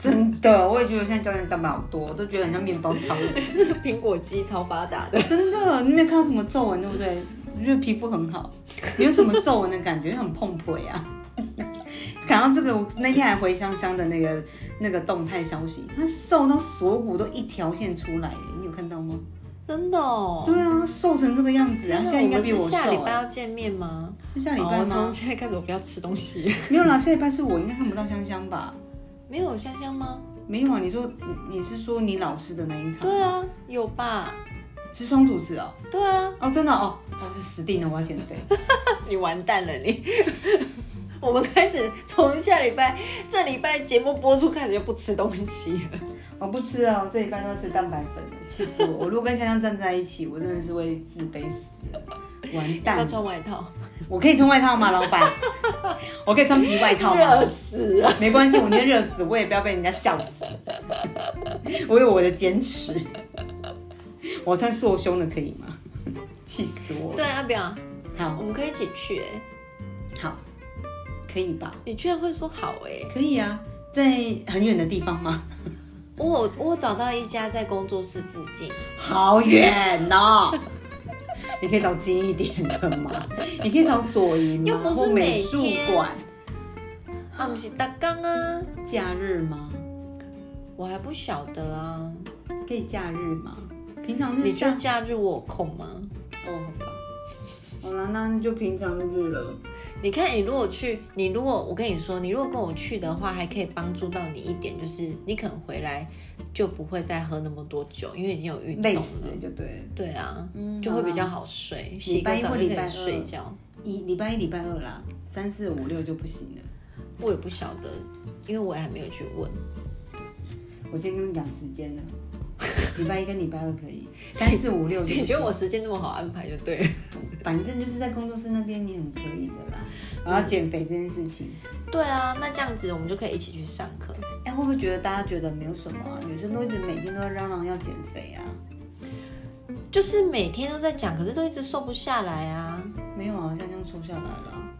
A: 真的，我也觉得我现在胶原蛋白好多，我都觉得很像面包超人。
B: 苹果肌超发达的。
A: 真的，你没有看到什么皱纹对不对？我觉得皮肤很好，没有什么皱纹的感觉，很碰腿啊。 讲到这个，我那天还回香香的那个那个动态消息，她瘦到锁骨都一条线出来耶，你有看到吗？
B: 真的哦。
A: 对啊，瘦成这个样子啊，现在应该比
B: 我们
A: 我瘦
B: 欸是下
A: 啊。
B: 礼拜要见面吗？
A: 是下礼
B: 好
A: 拜
B: 我
A: 吗
B: 从？现在开始我不要吃东西。
A: 没有啦，下礼拜是我应该看不到香香吧？
B: 没有香香吗？
A: 没有啊，你说你你是说你老师的那一场
B: 对啊，有吧？
A: 是双主持哦？
B: 对啊，
A: 哦，真的哦，哦，是死定了，我要减肥。
B: 你完蛋了你。 我们开始从下礼拜，这礼拜节目播出开始就不吃东西了。
A: 我不吃啊，我这一半都吃蛋白粉了，气死我！我如果跟香香站在一起，我真的是会自卑死了，完
B: 要不要
A: 蛋！
B: 穿外套，
A: 我可以穿外套吗，老板？我可以穿皮外套
B: 热
A: 吗？
B: 死了。
A: 没关系，我今天热死，我也不要被人家笑死。我有我的坚持，我穿塑胸的可以吗？气死我！
B: 对，啊，不要，
A: 好
B: 我们可以一起去、欸。
A: 好，可以吧？
B: 你居然会说好哎、
A: 可以啊，在很远的地方吗？
B: 我我找到一家在工作室附近，
A: 好远哦！ 你可以找近一点的 吗？你可以找左营吗？
B: 又不是
A: 或美
B: 每
A: 术
B: 天
A: 馆，
B: 啊，
A: 嗯
B: 不是大刚啊，
A: 假日吗？
B: 我还不晓得啊。
A: 可以假日吗？平常日
B: 你就
A: 像
B: 假日我有空吗？
A: 哦，好吧，好了，那就平常日了。
B: 你看，你如果去，你如果我跟你说，你如果跟我去的话，还可以帮助到你一点，就是你可能回来就不会再喝那么多酒，因为已经有运动
A: 累死
B: 了。
A: 就对了，
B: 对啊，
A: 嗯
B: 就会比较
A: 好
B: 好睡，洗
A: 礼
B: 个
A: 拜一
B: 澡
A: 或
B: 就
A: 礼
B: 可
A: 拜
B: 以
A: 二
B: 睡觉。
A: 一礼拜一、礼拜二啦，三四五六就不行了。
B: 我也不晓得，因为我也还没有去问。
A: 我先跟你讲时间 了，礼拜一跟礼拜二可以，三四五六就不
B: 你觉
A: 行
B: 得。我时间这么好安排就对了。
A: 反正就是在工作室那边，你很可以的啦。然后减肥这件事情。
B: 对啊，那这样子我们就可以一起去上课。
A: 哎、会不会觉得大家觉得没有什么、啊？女生都一直每天都在嚷嚷要减肥啊？
B: 就是每天都在讲，可是都一直瘦不下来啊。
A: 没有啊，香香瘦下来了啊。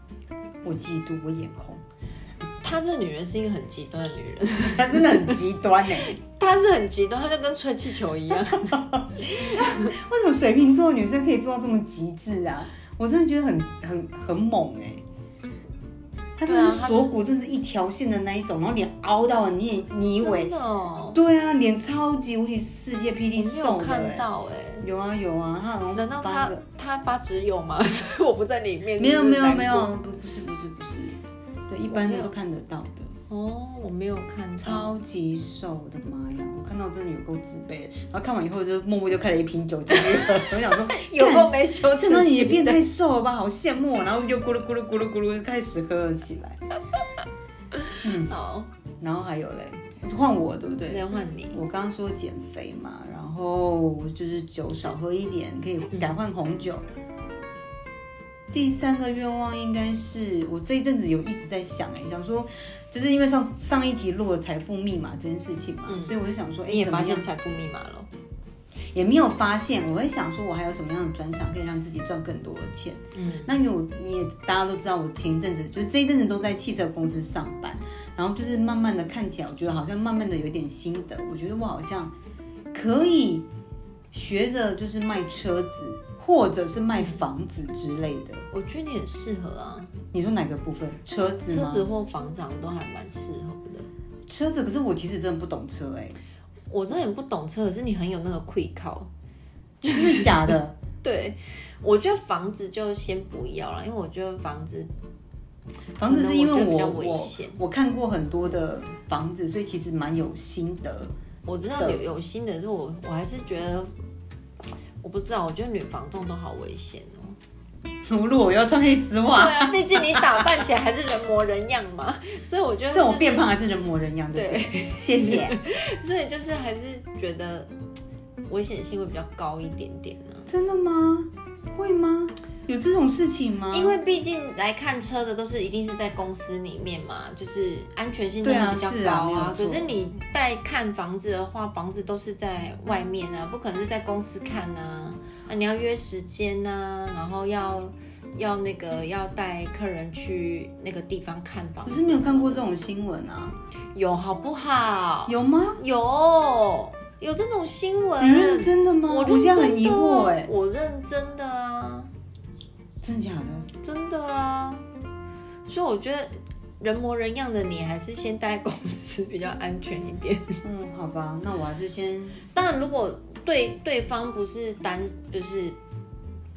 A: 我嫉妒，我眼红。
B: 她这女人是一个很极端的女人，
A: 她真的很极端哎、
B: 她是很极端，她就跟吹气球一 样。
A: 为什么水瓶座的女生可以做到这么极致啊？我真的觉得很很很猛哎、她真的
B: 对啊
A: 是
B: 她
A: 锁骨，真是一条线的那一种，然后脸凹到很你你
B: 真
A: 尾。
B: 的哦，
A: 对啊，脸超级无敌世界霹雳
B: 我没有
A: 瘦的、
B: 看
A: 欸。
B: 到哎、
A: 有啊有啊，她好像
B: 难道
A: 发
B: 她
A: 了
B: 她发只有吗？ 所以我不在里面。
A: 没有
B: 是不
A: 没
B: 是
A: 有
B: 难过
A: 没有，不不是不是不是，对，一般的都看得到的。
B: 哦，我没有看到。
A: 超级瘦，我的妈呀！我看到真的有够自卑的，然后看完以后就默默就开了一瓶酒 精了。我想说，
B: 有够没羞
A: 这
B: 耻
A: 妈也
B: 心
A: 变
B: 的。
A: 太瘦了吧，好羡慕哦。然后又咕噜咕噜咕噜咕噜开始喝了起来，
B: 好，
A: 然后还有嘞，换我对不对？
B: 那换你。
A: 我刚刚说减肥嘛，然后就是酒少喝一点，可以
B: 嗯
A: 改换红酒。第三个愿望应该是我这一阵子有一直在想哎、想说就是因为上上一集录了财富密码这件事情嘛，所以我就想说，哎、
B: 嗯你也
A: 怎么
B: 发
A: 样
B: 现财富密码了？
A: 也没有发现，我会想说，我还有什么样的专长可以让自己赚更多的钱？
B: 嗯，
A: 那因为我你也大家都知道，我前一阵子就是这一阵子都在汽车公司上班，然后就是慢慢的看起来，我觉得好像慢慢的有点心得，我觉得我好像可以学着就是卖车子或者是卖房子之类的。
B: 我觉得你很适合啊，
A: 你说哪个部分？车子
B: 车
A: 吗？
B: 子或房产都还蛮适合的。
A: 车子，可是我其实真的不懂车哎、
B: 我真的很不懂车，可是你很有那个愧靠。
A: 真的假的？
B: 对，我觉得房子就先不要了，因为我觉得房子
A: 房子是因为
B: 可能我觉得比较
A: 我
B: 危险
A: 我我看过很多的房子，所以其实蛮有心得。
B: 我知道
A: 嗯
B: 有有心的是我，我还是觉得我不知道，我觉得女房东都好危险哦。
A: 如果我要穿黑丝袜，
B: 对啊，毕竟你打扮起来还是人模人样嘛， 所以我觉得、就是、
A: 这种变胖还是人模人样，对不对？谢谢。
B: 所以就是还是觉得嗯危险性会比较高一点点啊呢、
A: 真的吗？会吗？有这种事情吗？
B: 因为毕竟来看车的都是一定是在公司里面嘛，就是安全性都
A: 对啊
B: 会比较
A: 是啊
B: 高
A: 没有
B: 可
A: 错
B: 是你带看房子的话，房子都是在外面啊，不可能是在公司看啊。啊，你要约时间呐、啊，然后要要那个要带客人去那个地方看房
A: 可
B: 子。
A: 是没有看过这种新闻啊，
B: 有好不好？
A: 有吗？
B: 有有这种新闻。
A: 你认嗯真的吗？
B: 我
A: 我
B: 认
A: 现在
B: 真的
A: 很疑惑
B: 啊
A: 哎、
B: 我认真的啊。
A: 真的假的？
B: 真的啊，所以我觉得人模人样的你还是先待公司比较安全一点。
A: 嗯，好吧，那我还是先
B: 当然，如果对对方不是单，就是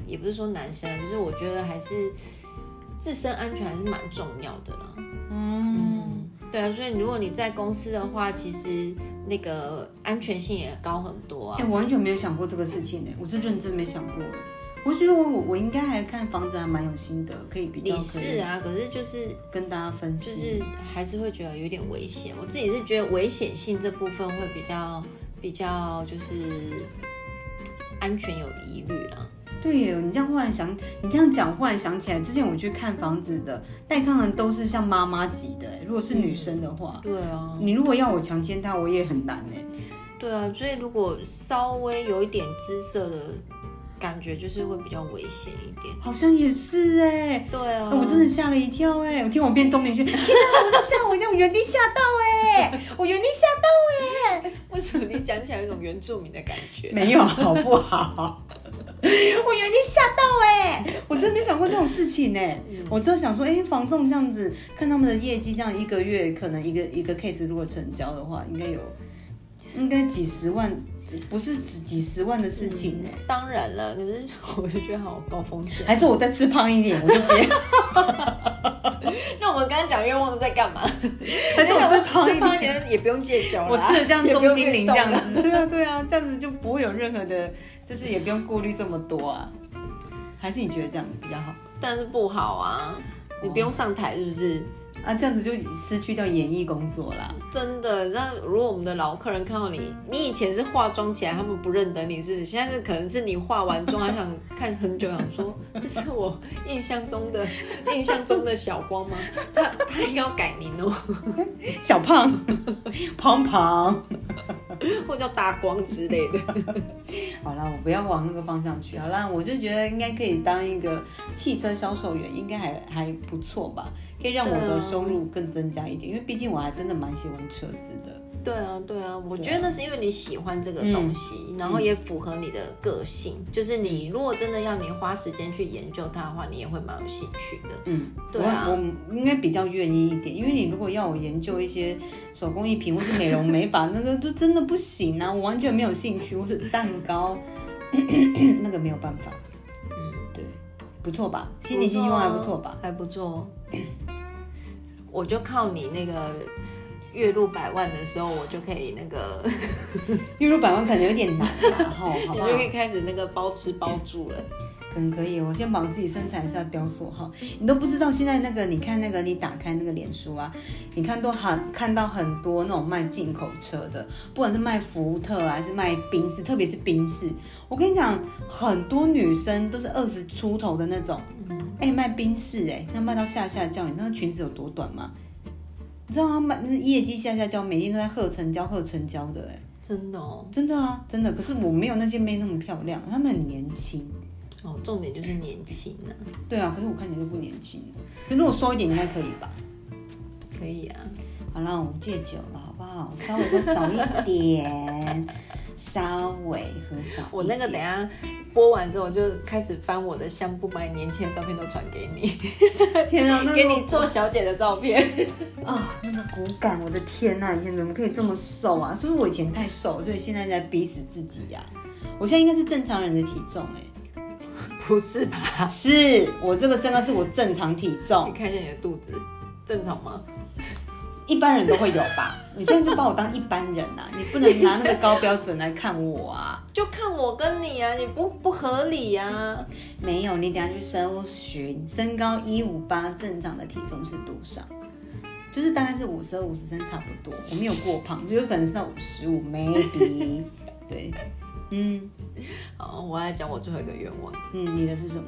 B: 也不是说男生，就是我觉得还是自身安全还是蛮重要的啦。
A: 嗯，
B: 对啊，所以如果你在公司的话，其实那个安全性也高很多
A: 哎、
B: 啊。
A: 我完全没有想过这个事情呢、我是认真没想过、欸。我觉得我我应该还看房子还蛮有心得，可以比较
B: 你
A: 可
B: 是
A: 以
B: 啊，可是就是
A: 跟大家分析。
B: 就是还是会觉得有点危险。我自己是觉得危险性这部分会比较比较就是嗯安全有疑虑啦。
A: 对耶，你这样忽然想，你这样讲忽然想起来，之前我去看房子的带看人都是像妈妈级的欸，如果是
B: 嗯
A: 女生的话，
B: 对啊，
A: 你如果要我强奸她，我也很难哎。
B: 对啊，所以如果稍微有一点姿色的感觉，就是会比较危险一点。
A: 好像也是哎、
B: 对啊，
A: 哎我真的吓了一跳哎、我听我变钟明轩，天啊，我是吓我一跳，我原地吓到哎、我原地吓
B: 为什么你讲起来有一种原住民的感觉？
A: 没有好不好？ 我原地吓到哎、我真的没想过这种事情哎、我只有想说，哎、房仲这样子看他们的业绩，这样一个月可能一个一个 case 如果成交的话，应该有应该几十万，不是几几十万的事情哎、
B: 当然了，可是我就觉得好高风险。
A: 还是我再吃胖一点，我就 别，
B: 那我们刚刚讲愿望都在干嘛？哎
A: 还 是我吃胖
B: 吃
A: 一
B: 胖
A: 点
B: 一。点也不用戒酒了啊，
A: 我吃的这样
B: 也不
A: 中
B: 用
A: 心凌
B: 运
A: 这
B: 动
A: 样
B: 了
A: 子，对啊对啊，这样子就不会有任何的，就是也不用顾虑这么多啊。还是你觉得这样比较好
B: 但是不好啊，你不用上台是不是？
A: 啊？这样子就失去掉演艺工作啦。
B: 真的，那如果我们的老客人看到你，你以前是化妆起来，他们不认得你是，现在是可能是你化完妆，还想看很久，想说这是我印象中的 印象中的小光吗？他他应该要改名哦，
A: 小胖， 胖胖。
B: 或叫大光之类的。
A: 好啦，我不要往那个方向去。好啦，我就觉得应该可以当一个汽车销售员，应该还还不错吧，可以让我
B: 对啊
A: 的收入更增加一点。因为毕竟我还真的蛮喜欢车子的。
B: 对啊，对啊，我觉得那是因为你喜欢这个东西，然后也符合你的个性。就是你如果真的要你花时间去研究它的话，你也会蛮有兴趣的。
A: 嗯，
B: 对啊
A: 我我应该比较愿意一点，因为你如果要我研究一些手工艺品或是美容美发，那个就真的不行啊，我完全没有兴趣，或是蛋糕， 那个没有办法。嗯，对，不错吧？新年新希望还不错啊吧？
B: 还不错。哦 我就靠你那个月入百万的时候，我就可以那个，
A: 月入百万可能有点难啦，吼，好
B: 你
A: 不
B: 就
A: 好？
B: 可以开始那个包吃包住了。
A: 可能可以，我先把我自己身材是要雕塑好，你都不知道现在那个，你看那个，你打开那个脸书啊，你看都很看到很多那种卖进口车的，不管是卖福特啊，还是卖宾士，特别是宾士，我跟你讲，很多女生都是二十出头的那种，哎、卖宾士哎、那卖到下下叫，你知道裙子有多短吗？你知道他卖那是业绩下下叫，每天都在贺成交贺成交的哎、
B: 真的哦，
A: 真的啊，真的。可是我没有那些妹那么漂亮，她们很年轻。
B: 哦，重点就是年轻啊，
A: 对啊，可是我看起来就不年轻了。可是我瘦一点应该可以吧？
B: 可以啊。
A: 好啦，我们戒酒了，好不好？稍微再少一点，稍微喝少一点。
B: 我那个等一下播完之后，我就开始翻我的相簿，把你年轻的照片都传给你，
A: 天啊，那
B: 给
A: 个
B: 你做小姐的照片。
A: 啊、那个骨感，我的天呐、以前怎么可以这么瘦啊？是不是我以前太瘦，所以现在在逼死自己呀、我现在应该是正常人的体重哎、 啊
B: 不是吧？
A: 是我这个身高是我正常体重
B: 你，看一下你的肚子，正常吗？
A: 一般人都会有吧？你现在就把我当一般人啊，你不能拿那个高标准来看我啊！
B: 就看我跟你啊，你不不合理啊。
A: 没有，你等一下去搜寻身高一五八，正常的体重是多少？就是大概是五十二、五十三差不多。我没有过胖，就有可能是到五十五，maybe。对， 嗯
B: 好，我来讲我最后一个愿望，
A: 嗯，你的是什么？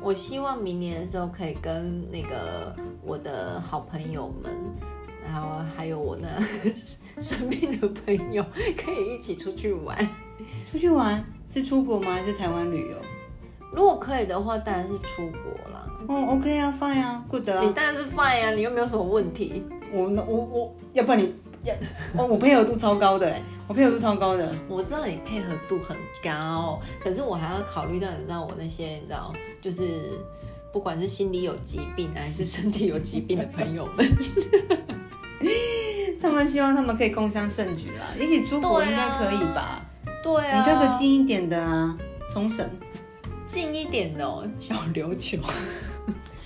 B: 我希望明年的时候可以跟那个我的好朋友们，然后还有我那 身边的朋友，可以一起出去玩。
A: 出去玩是出国吗？还是台湾旅游？
B: 如果可以的话，当然是出国啦。
A: 哦，OK 啊，fine 啊，good 啊
B: 你。当然是 fine 啊，你又没有什么问题。
A: 我我我，要不然你要，哦，我配合度超高的哎，我配合度超高的。
B: 我知道你配合度很高，可是我还要考虑到，你知道我那些，你知道，就是不管是心理有疾病还是身体有疾病的朋友们，
A: 他们希望他们可以共襄盛举啦，一起出国应
B: 对
A: 该
B: 啊
A: 可以吧？
B: 对啊，
A: 你挑个近一点的啊，冲绳、
B: 近一点的、哦、小琉 球、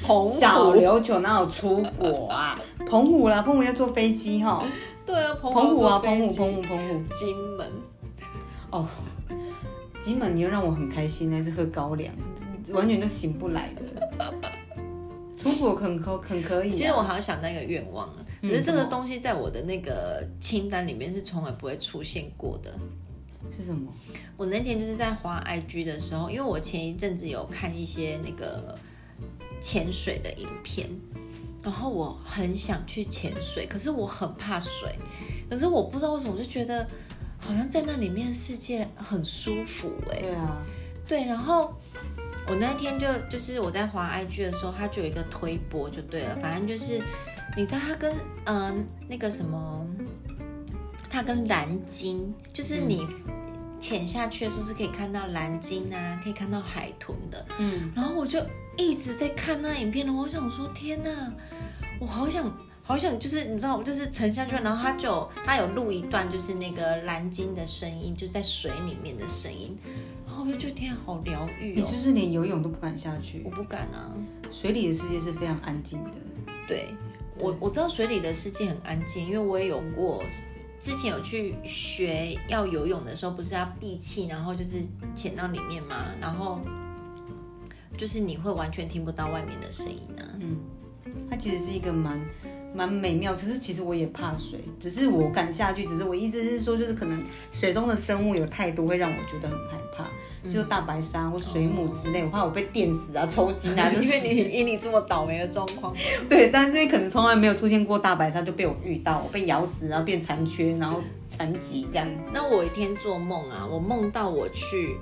B: 澎湖，
A: 小琉球哪有出国啊？澎湖啦，澎湖要坐飞机哈，
B: 对啊，澎
A: 澎湖啊，
B: 坐飞
A: 澎湖，
B: 机
A: 澎湖，澎湖。
B: 金门，
A: 哦，吉门你又让我很开心，还是喝高粱，完全都醒不来的。出国很可很可以、啊，
B: 其实我还要想到一个愿望啊，
A: 嗯
B: 可是这个东西在我的那个清单里面是从来不会出现过的。
A: 是什么？
B: 我那天就是在滑 IG 的时候，因为我前一阵子有看一些那个潜水的影片，然后我很想去潜水，可是我很怕水，可是我不知道为什么我就觉得好像在那里面的世界很舒服哎、
A: 对啊，
B: 对，然后我那天就就是我在滑 IG 的时候，它就有一个推播就对了，反正就是你知道它跟嗯、呃那个什么，它跟蓝鲸，就是你潜下去的时候是可以看到蓝鲸啊，可以看到海豚的。
A: 嗯，
B: 然后我就一直在看那影片，然后我想说天哪，我好想。好想就是你知道，我就是沉下去，然后它就有它有录一段，就是那个蓝鲸的声音，就是在水里面的声音，然后我就觉得天啊，好疗愈
A: 你
B: 哦。
A: 是不是连游泳都不敢下
B: 我
A: 去？
B: 不敢啊。
A: 水里的世界是非常安静的。
B: 对我我知道水里的世界很安静，因为我也有过，之前有去学要游泳的时候，不是要闭气，然后就是潜到里面嘛，然后就是你会完全听不到外面的声音啊。
A: 它其实是一个蛮蛮美妙，只是其实我也怕水，只是我敢下去，只是我一直是说，就是可能水中的生物有太多会让我觉得很害怕，就大白鲨或水母之类，我怕我被电死 啊、抽筋 啊，就是
B: 因为你因你这么倒霉的状况，
A: 对，但是因为可能从来没有出现过大白鲨，就被我遇到，我被咬死，然后变残缺，然后残疾这样。
B: 那我有一天做梦啊，我梦到我去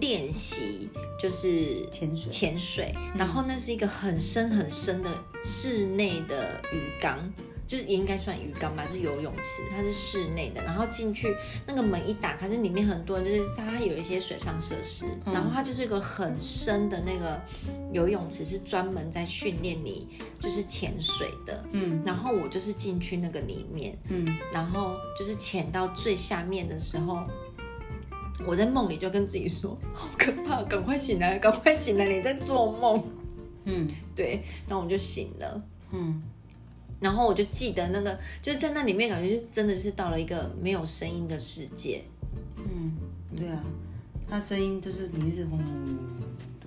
B: 练习，就是
A: 潜水
B: 潜水，然后那是一个很深很深的室内的鱼缸，就是也应该算鱼缸吧，是游泳池，它是室内的。然后进去那个门一打开，就里面很多人，就是它有一些水上设施，
A: 嗯
B: 然后它就是一个很深的那个游泳池，是专门在训练你就是潜水的。
A: 嗯
B: 然后我就是进去那个里面，
A: 嗯，
B: 然后就是潜到最下面的时候，我在梦里就跟自己说：“好可怕，赶快醒来，赶快醒来，你在做梦。
A: 嗯”
B: 对，然后我就醒了，
A: 嗯，
B: 然后我就记得那个就是在那里面，感觉就是真的就是到了一个没有声音的世界。
A: 嗯，对啊，它声音就是你是轰的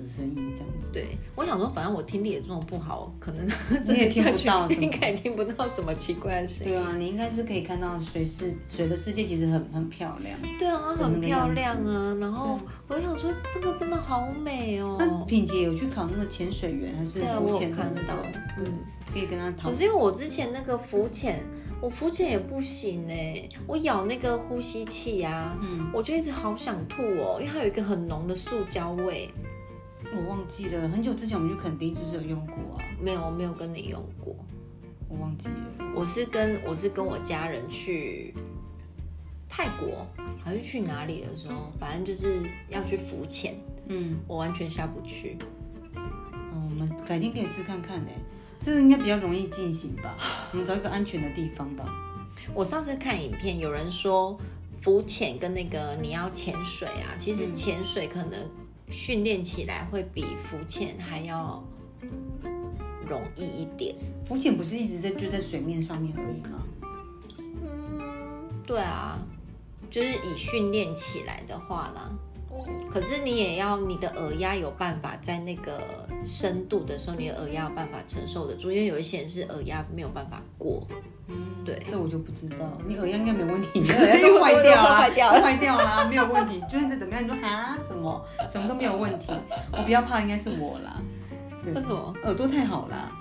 A: 声音这样子。
B: 对，我想说，反正我听力也这么不好，可 能
A: 你也
B: 真的下
A: 听不到什么
B: 去应该也听不到什么奇怪 的声音。
A: 对啊，你应该是可以看到水世水的世界其实很很漂亮，
B: 对啊，
A: 的那
B: 很
A: 个
B: 漂
A: 样
B: 亮啊。然后我想说，这个真的好美哦。
A: 那品杰有去考那个潜水员还是
B: 对啊，
A: 浮
B: 我有
A: 潜的
B: 看
A: 那
B: 到
A: 个，
B: 嗯。
A: 可以跟他讨
B: 可。是因为我之前那个浮潜，我浮潜也不行哎、我咬那个呼吸器啊，
A: 嗯，
B: 我就一直好想吐哦，因为它有一个很浓的塑胶味。
A: 我忘记了，很久之前我们去垦丁是不是有用过啊？
B: 没有，我没有跟你用过，
A: 我忘记了，
B: 我是跟我是跟我家人去泰国还是去哪里的时候，反正就是要去浮潜，
A: 嗯，
B: 我完全下不去。
A: 嗯我们改天可以试看看嘞、这个应该比较容易进行吧？ 我们找一个安全的地方吧。
B: 我上次看影片，有人说浮潜跟那个你要潜水啊，其实潜水可能训练起来会比浮潜还要容易一点。
A: 浮潜不是一直在就在水面上面而已吗？
B: 嗯，对啊，就是以训练起来的话啦。可是你也要你的耳压有办法在那个深度的时候，你的耳压有办法承受得住，因为有一些人是耳压没有办法过。对，
A: 这我就不知道，你耳压应该没问 题，你耳压都坏掉啊，
B: 都坏掉了
A: 都坏掉啦、没有问题。就算再怎么样，你说啊什么什么都没有问题，我比较怕应该是我啦，对
B: 为什么
A: 耳朵太好啦，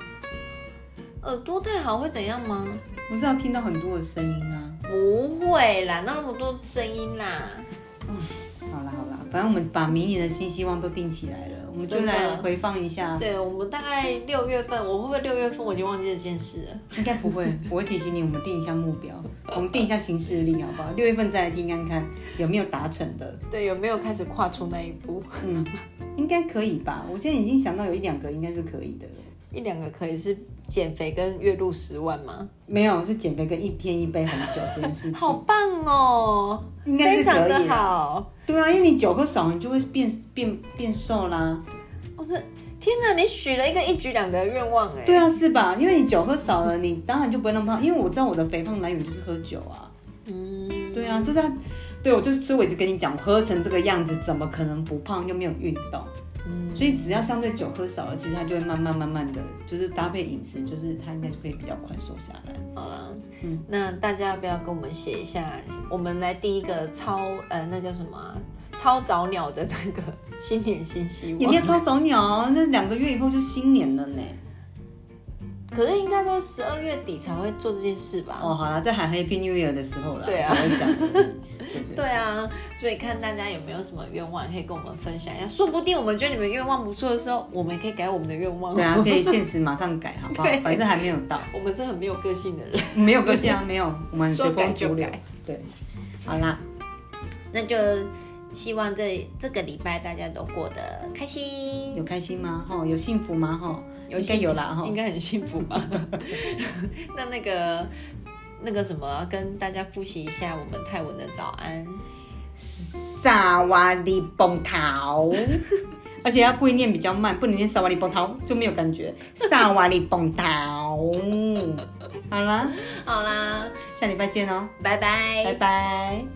B: 耳朵太好会怎样吗？
A: 不是要听到很多的声音啊。
B: 不会啦，那么多声音啦。
A: 好啦好啦，反正我们把明年的新希望都定起来了，我们就
B: 真的
A: 来回放一下。
B: 对我们大概六月份，我会不会六月份我已经忘记这件事了？
A: 应该不会，我会提醒你，我们定一下目标，我们定一下行事历，好不好？六月份再来听看看有没有达成的，
B: 对，有没有开始跨出那一步？
A: 嗯，应该可以吧？我现在已经想到有一两个应该是可以的了。
B: 一两个可以是减肥跟月入十万吗？
A: 没有，是减肥跟一天一杯红酒这件事
B: 好
A: 情，
B: 棒哦，
A: 应该
B: 非
A: 是
B: 常
A: 可以
B: 的
A: 啦。
B: 好。
A: 对啊，因为你酒喝少，你就会变变变瘦啦。
B: 我、这天哪，你许了一个一举两得的愿望哎。
A: 对啊，是吧？因为你酒喝少了，你当然就不会那么胖。因为我知道我的肥胖来源就是喝酒啊。
B: 嗯，
A: 对啊，这是他，对我就所以我一直跟你讲，我喝成这个样子，怎么可能不胖又没有运动？
B: 嗯
A: 所以只要相对酒喝少了，其实它就会慢慢慢慢的就是搭配饮食，就是它应该就可以比较快瘦下来。
B: 好啦，
A: 嗯
B: 那大家要不要跟我们写一下？我们来定一个超呃，那叫什么啊、超早鸟的那个新年新希
A: 也没有
B: 望。
A: 超早鸟啊，那两个月以后就新年了呢。
B: 可是应该都十二月底才会做这件事吧？
A: 哦，好啦，在喊 Happy New Year 的时候啦，
B: 啊对啊
A: 才会讲而已。对不对
B: 对啊，所以看大家有没有什么愿望可以跟我们分享一下，说不定我们觉得你们愿望不错的时候，我们也可以改我们的愿望。
A: 对啊，可以限时马上改，好不好
B: 对？
A: 反正还没有到，
B: 我们是很没有个性的人。
A: 没有个性啊，没有，我们随
B: 说改
A: 风
B: 就
A: 逐流
B: 改。
A: 对，好啦，
B: 那就希望这这个礼拜大家都过得开心
A: 有，开心吗？吼，有幸福吗？吼，应该
B: 幸福
A: 有啦，吼
B: 应。该很幸福吧？ 那那个那个什么，跟大家复习一下我们泰文的早安。
A: 萨瓦利崩 桃，而且要故意念比较慢，不能念萨瓦利崩桃就没有感觉。萨瓦利崩桃，好啦，
B: 好啦，
A: 下礼拜见哦，
B: 拜拜，
A: 拜拜。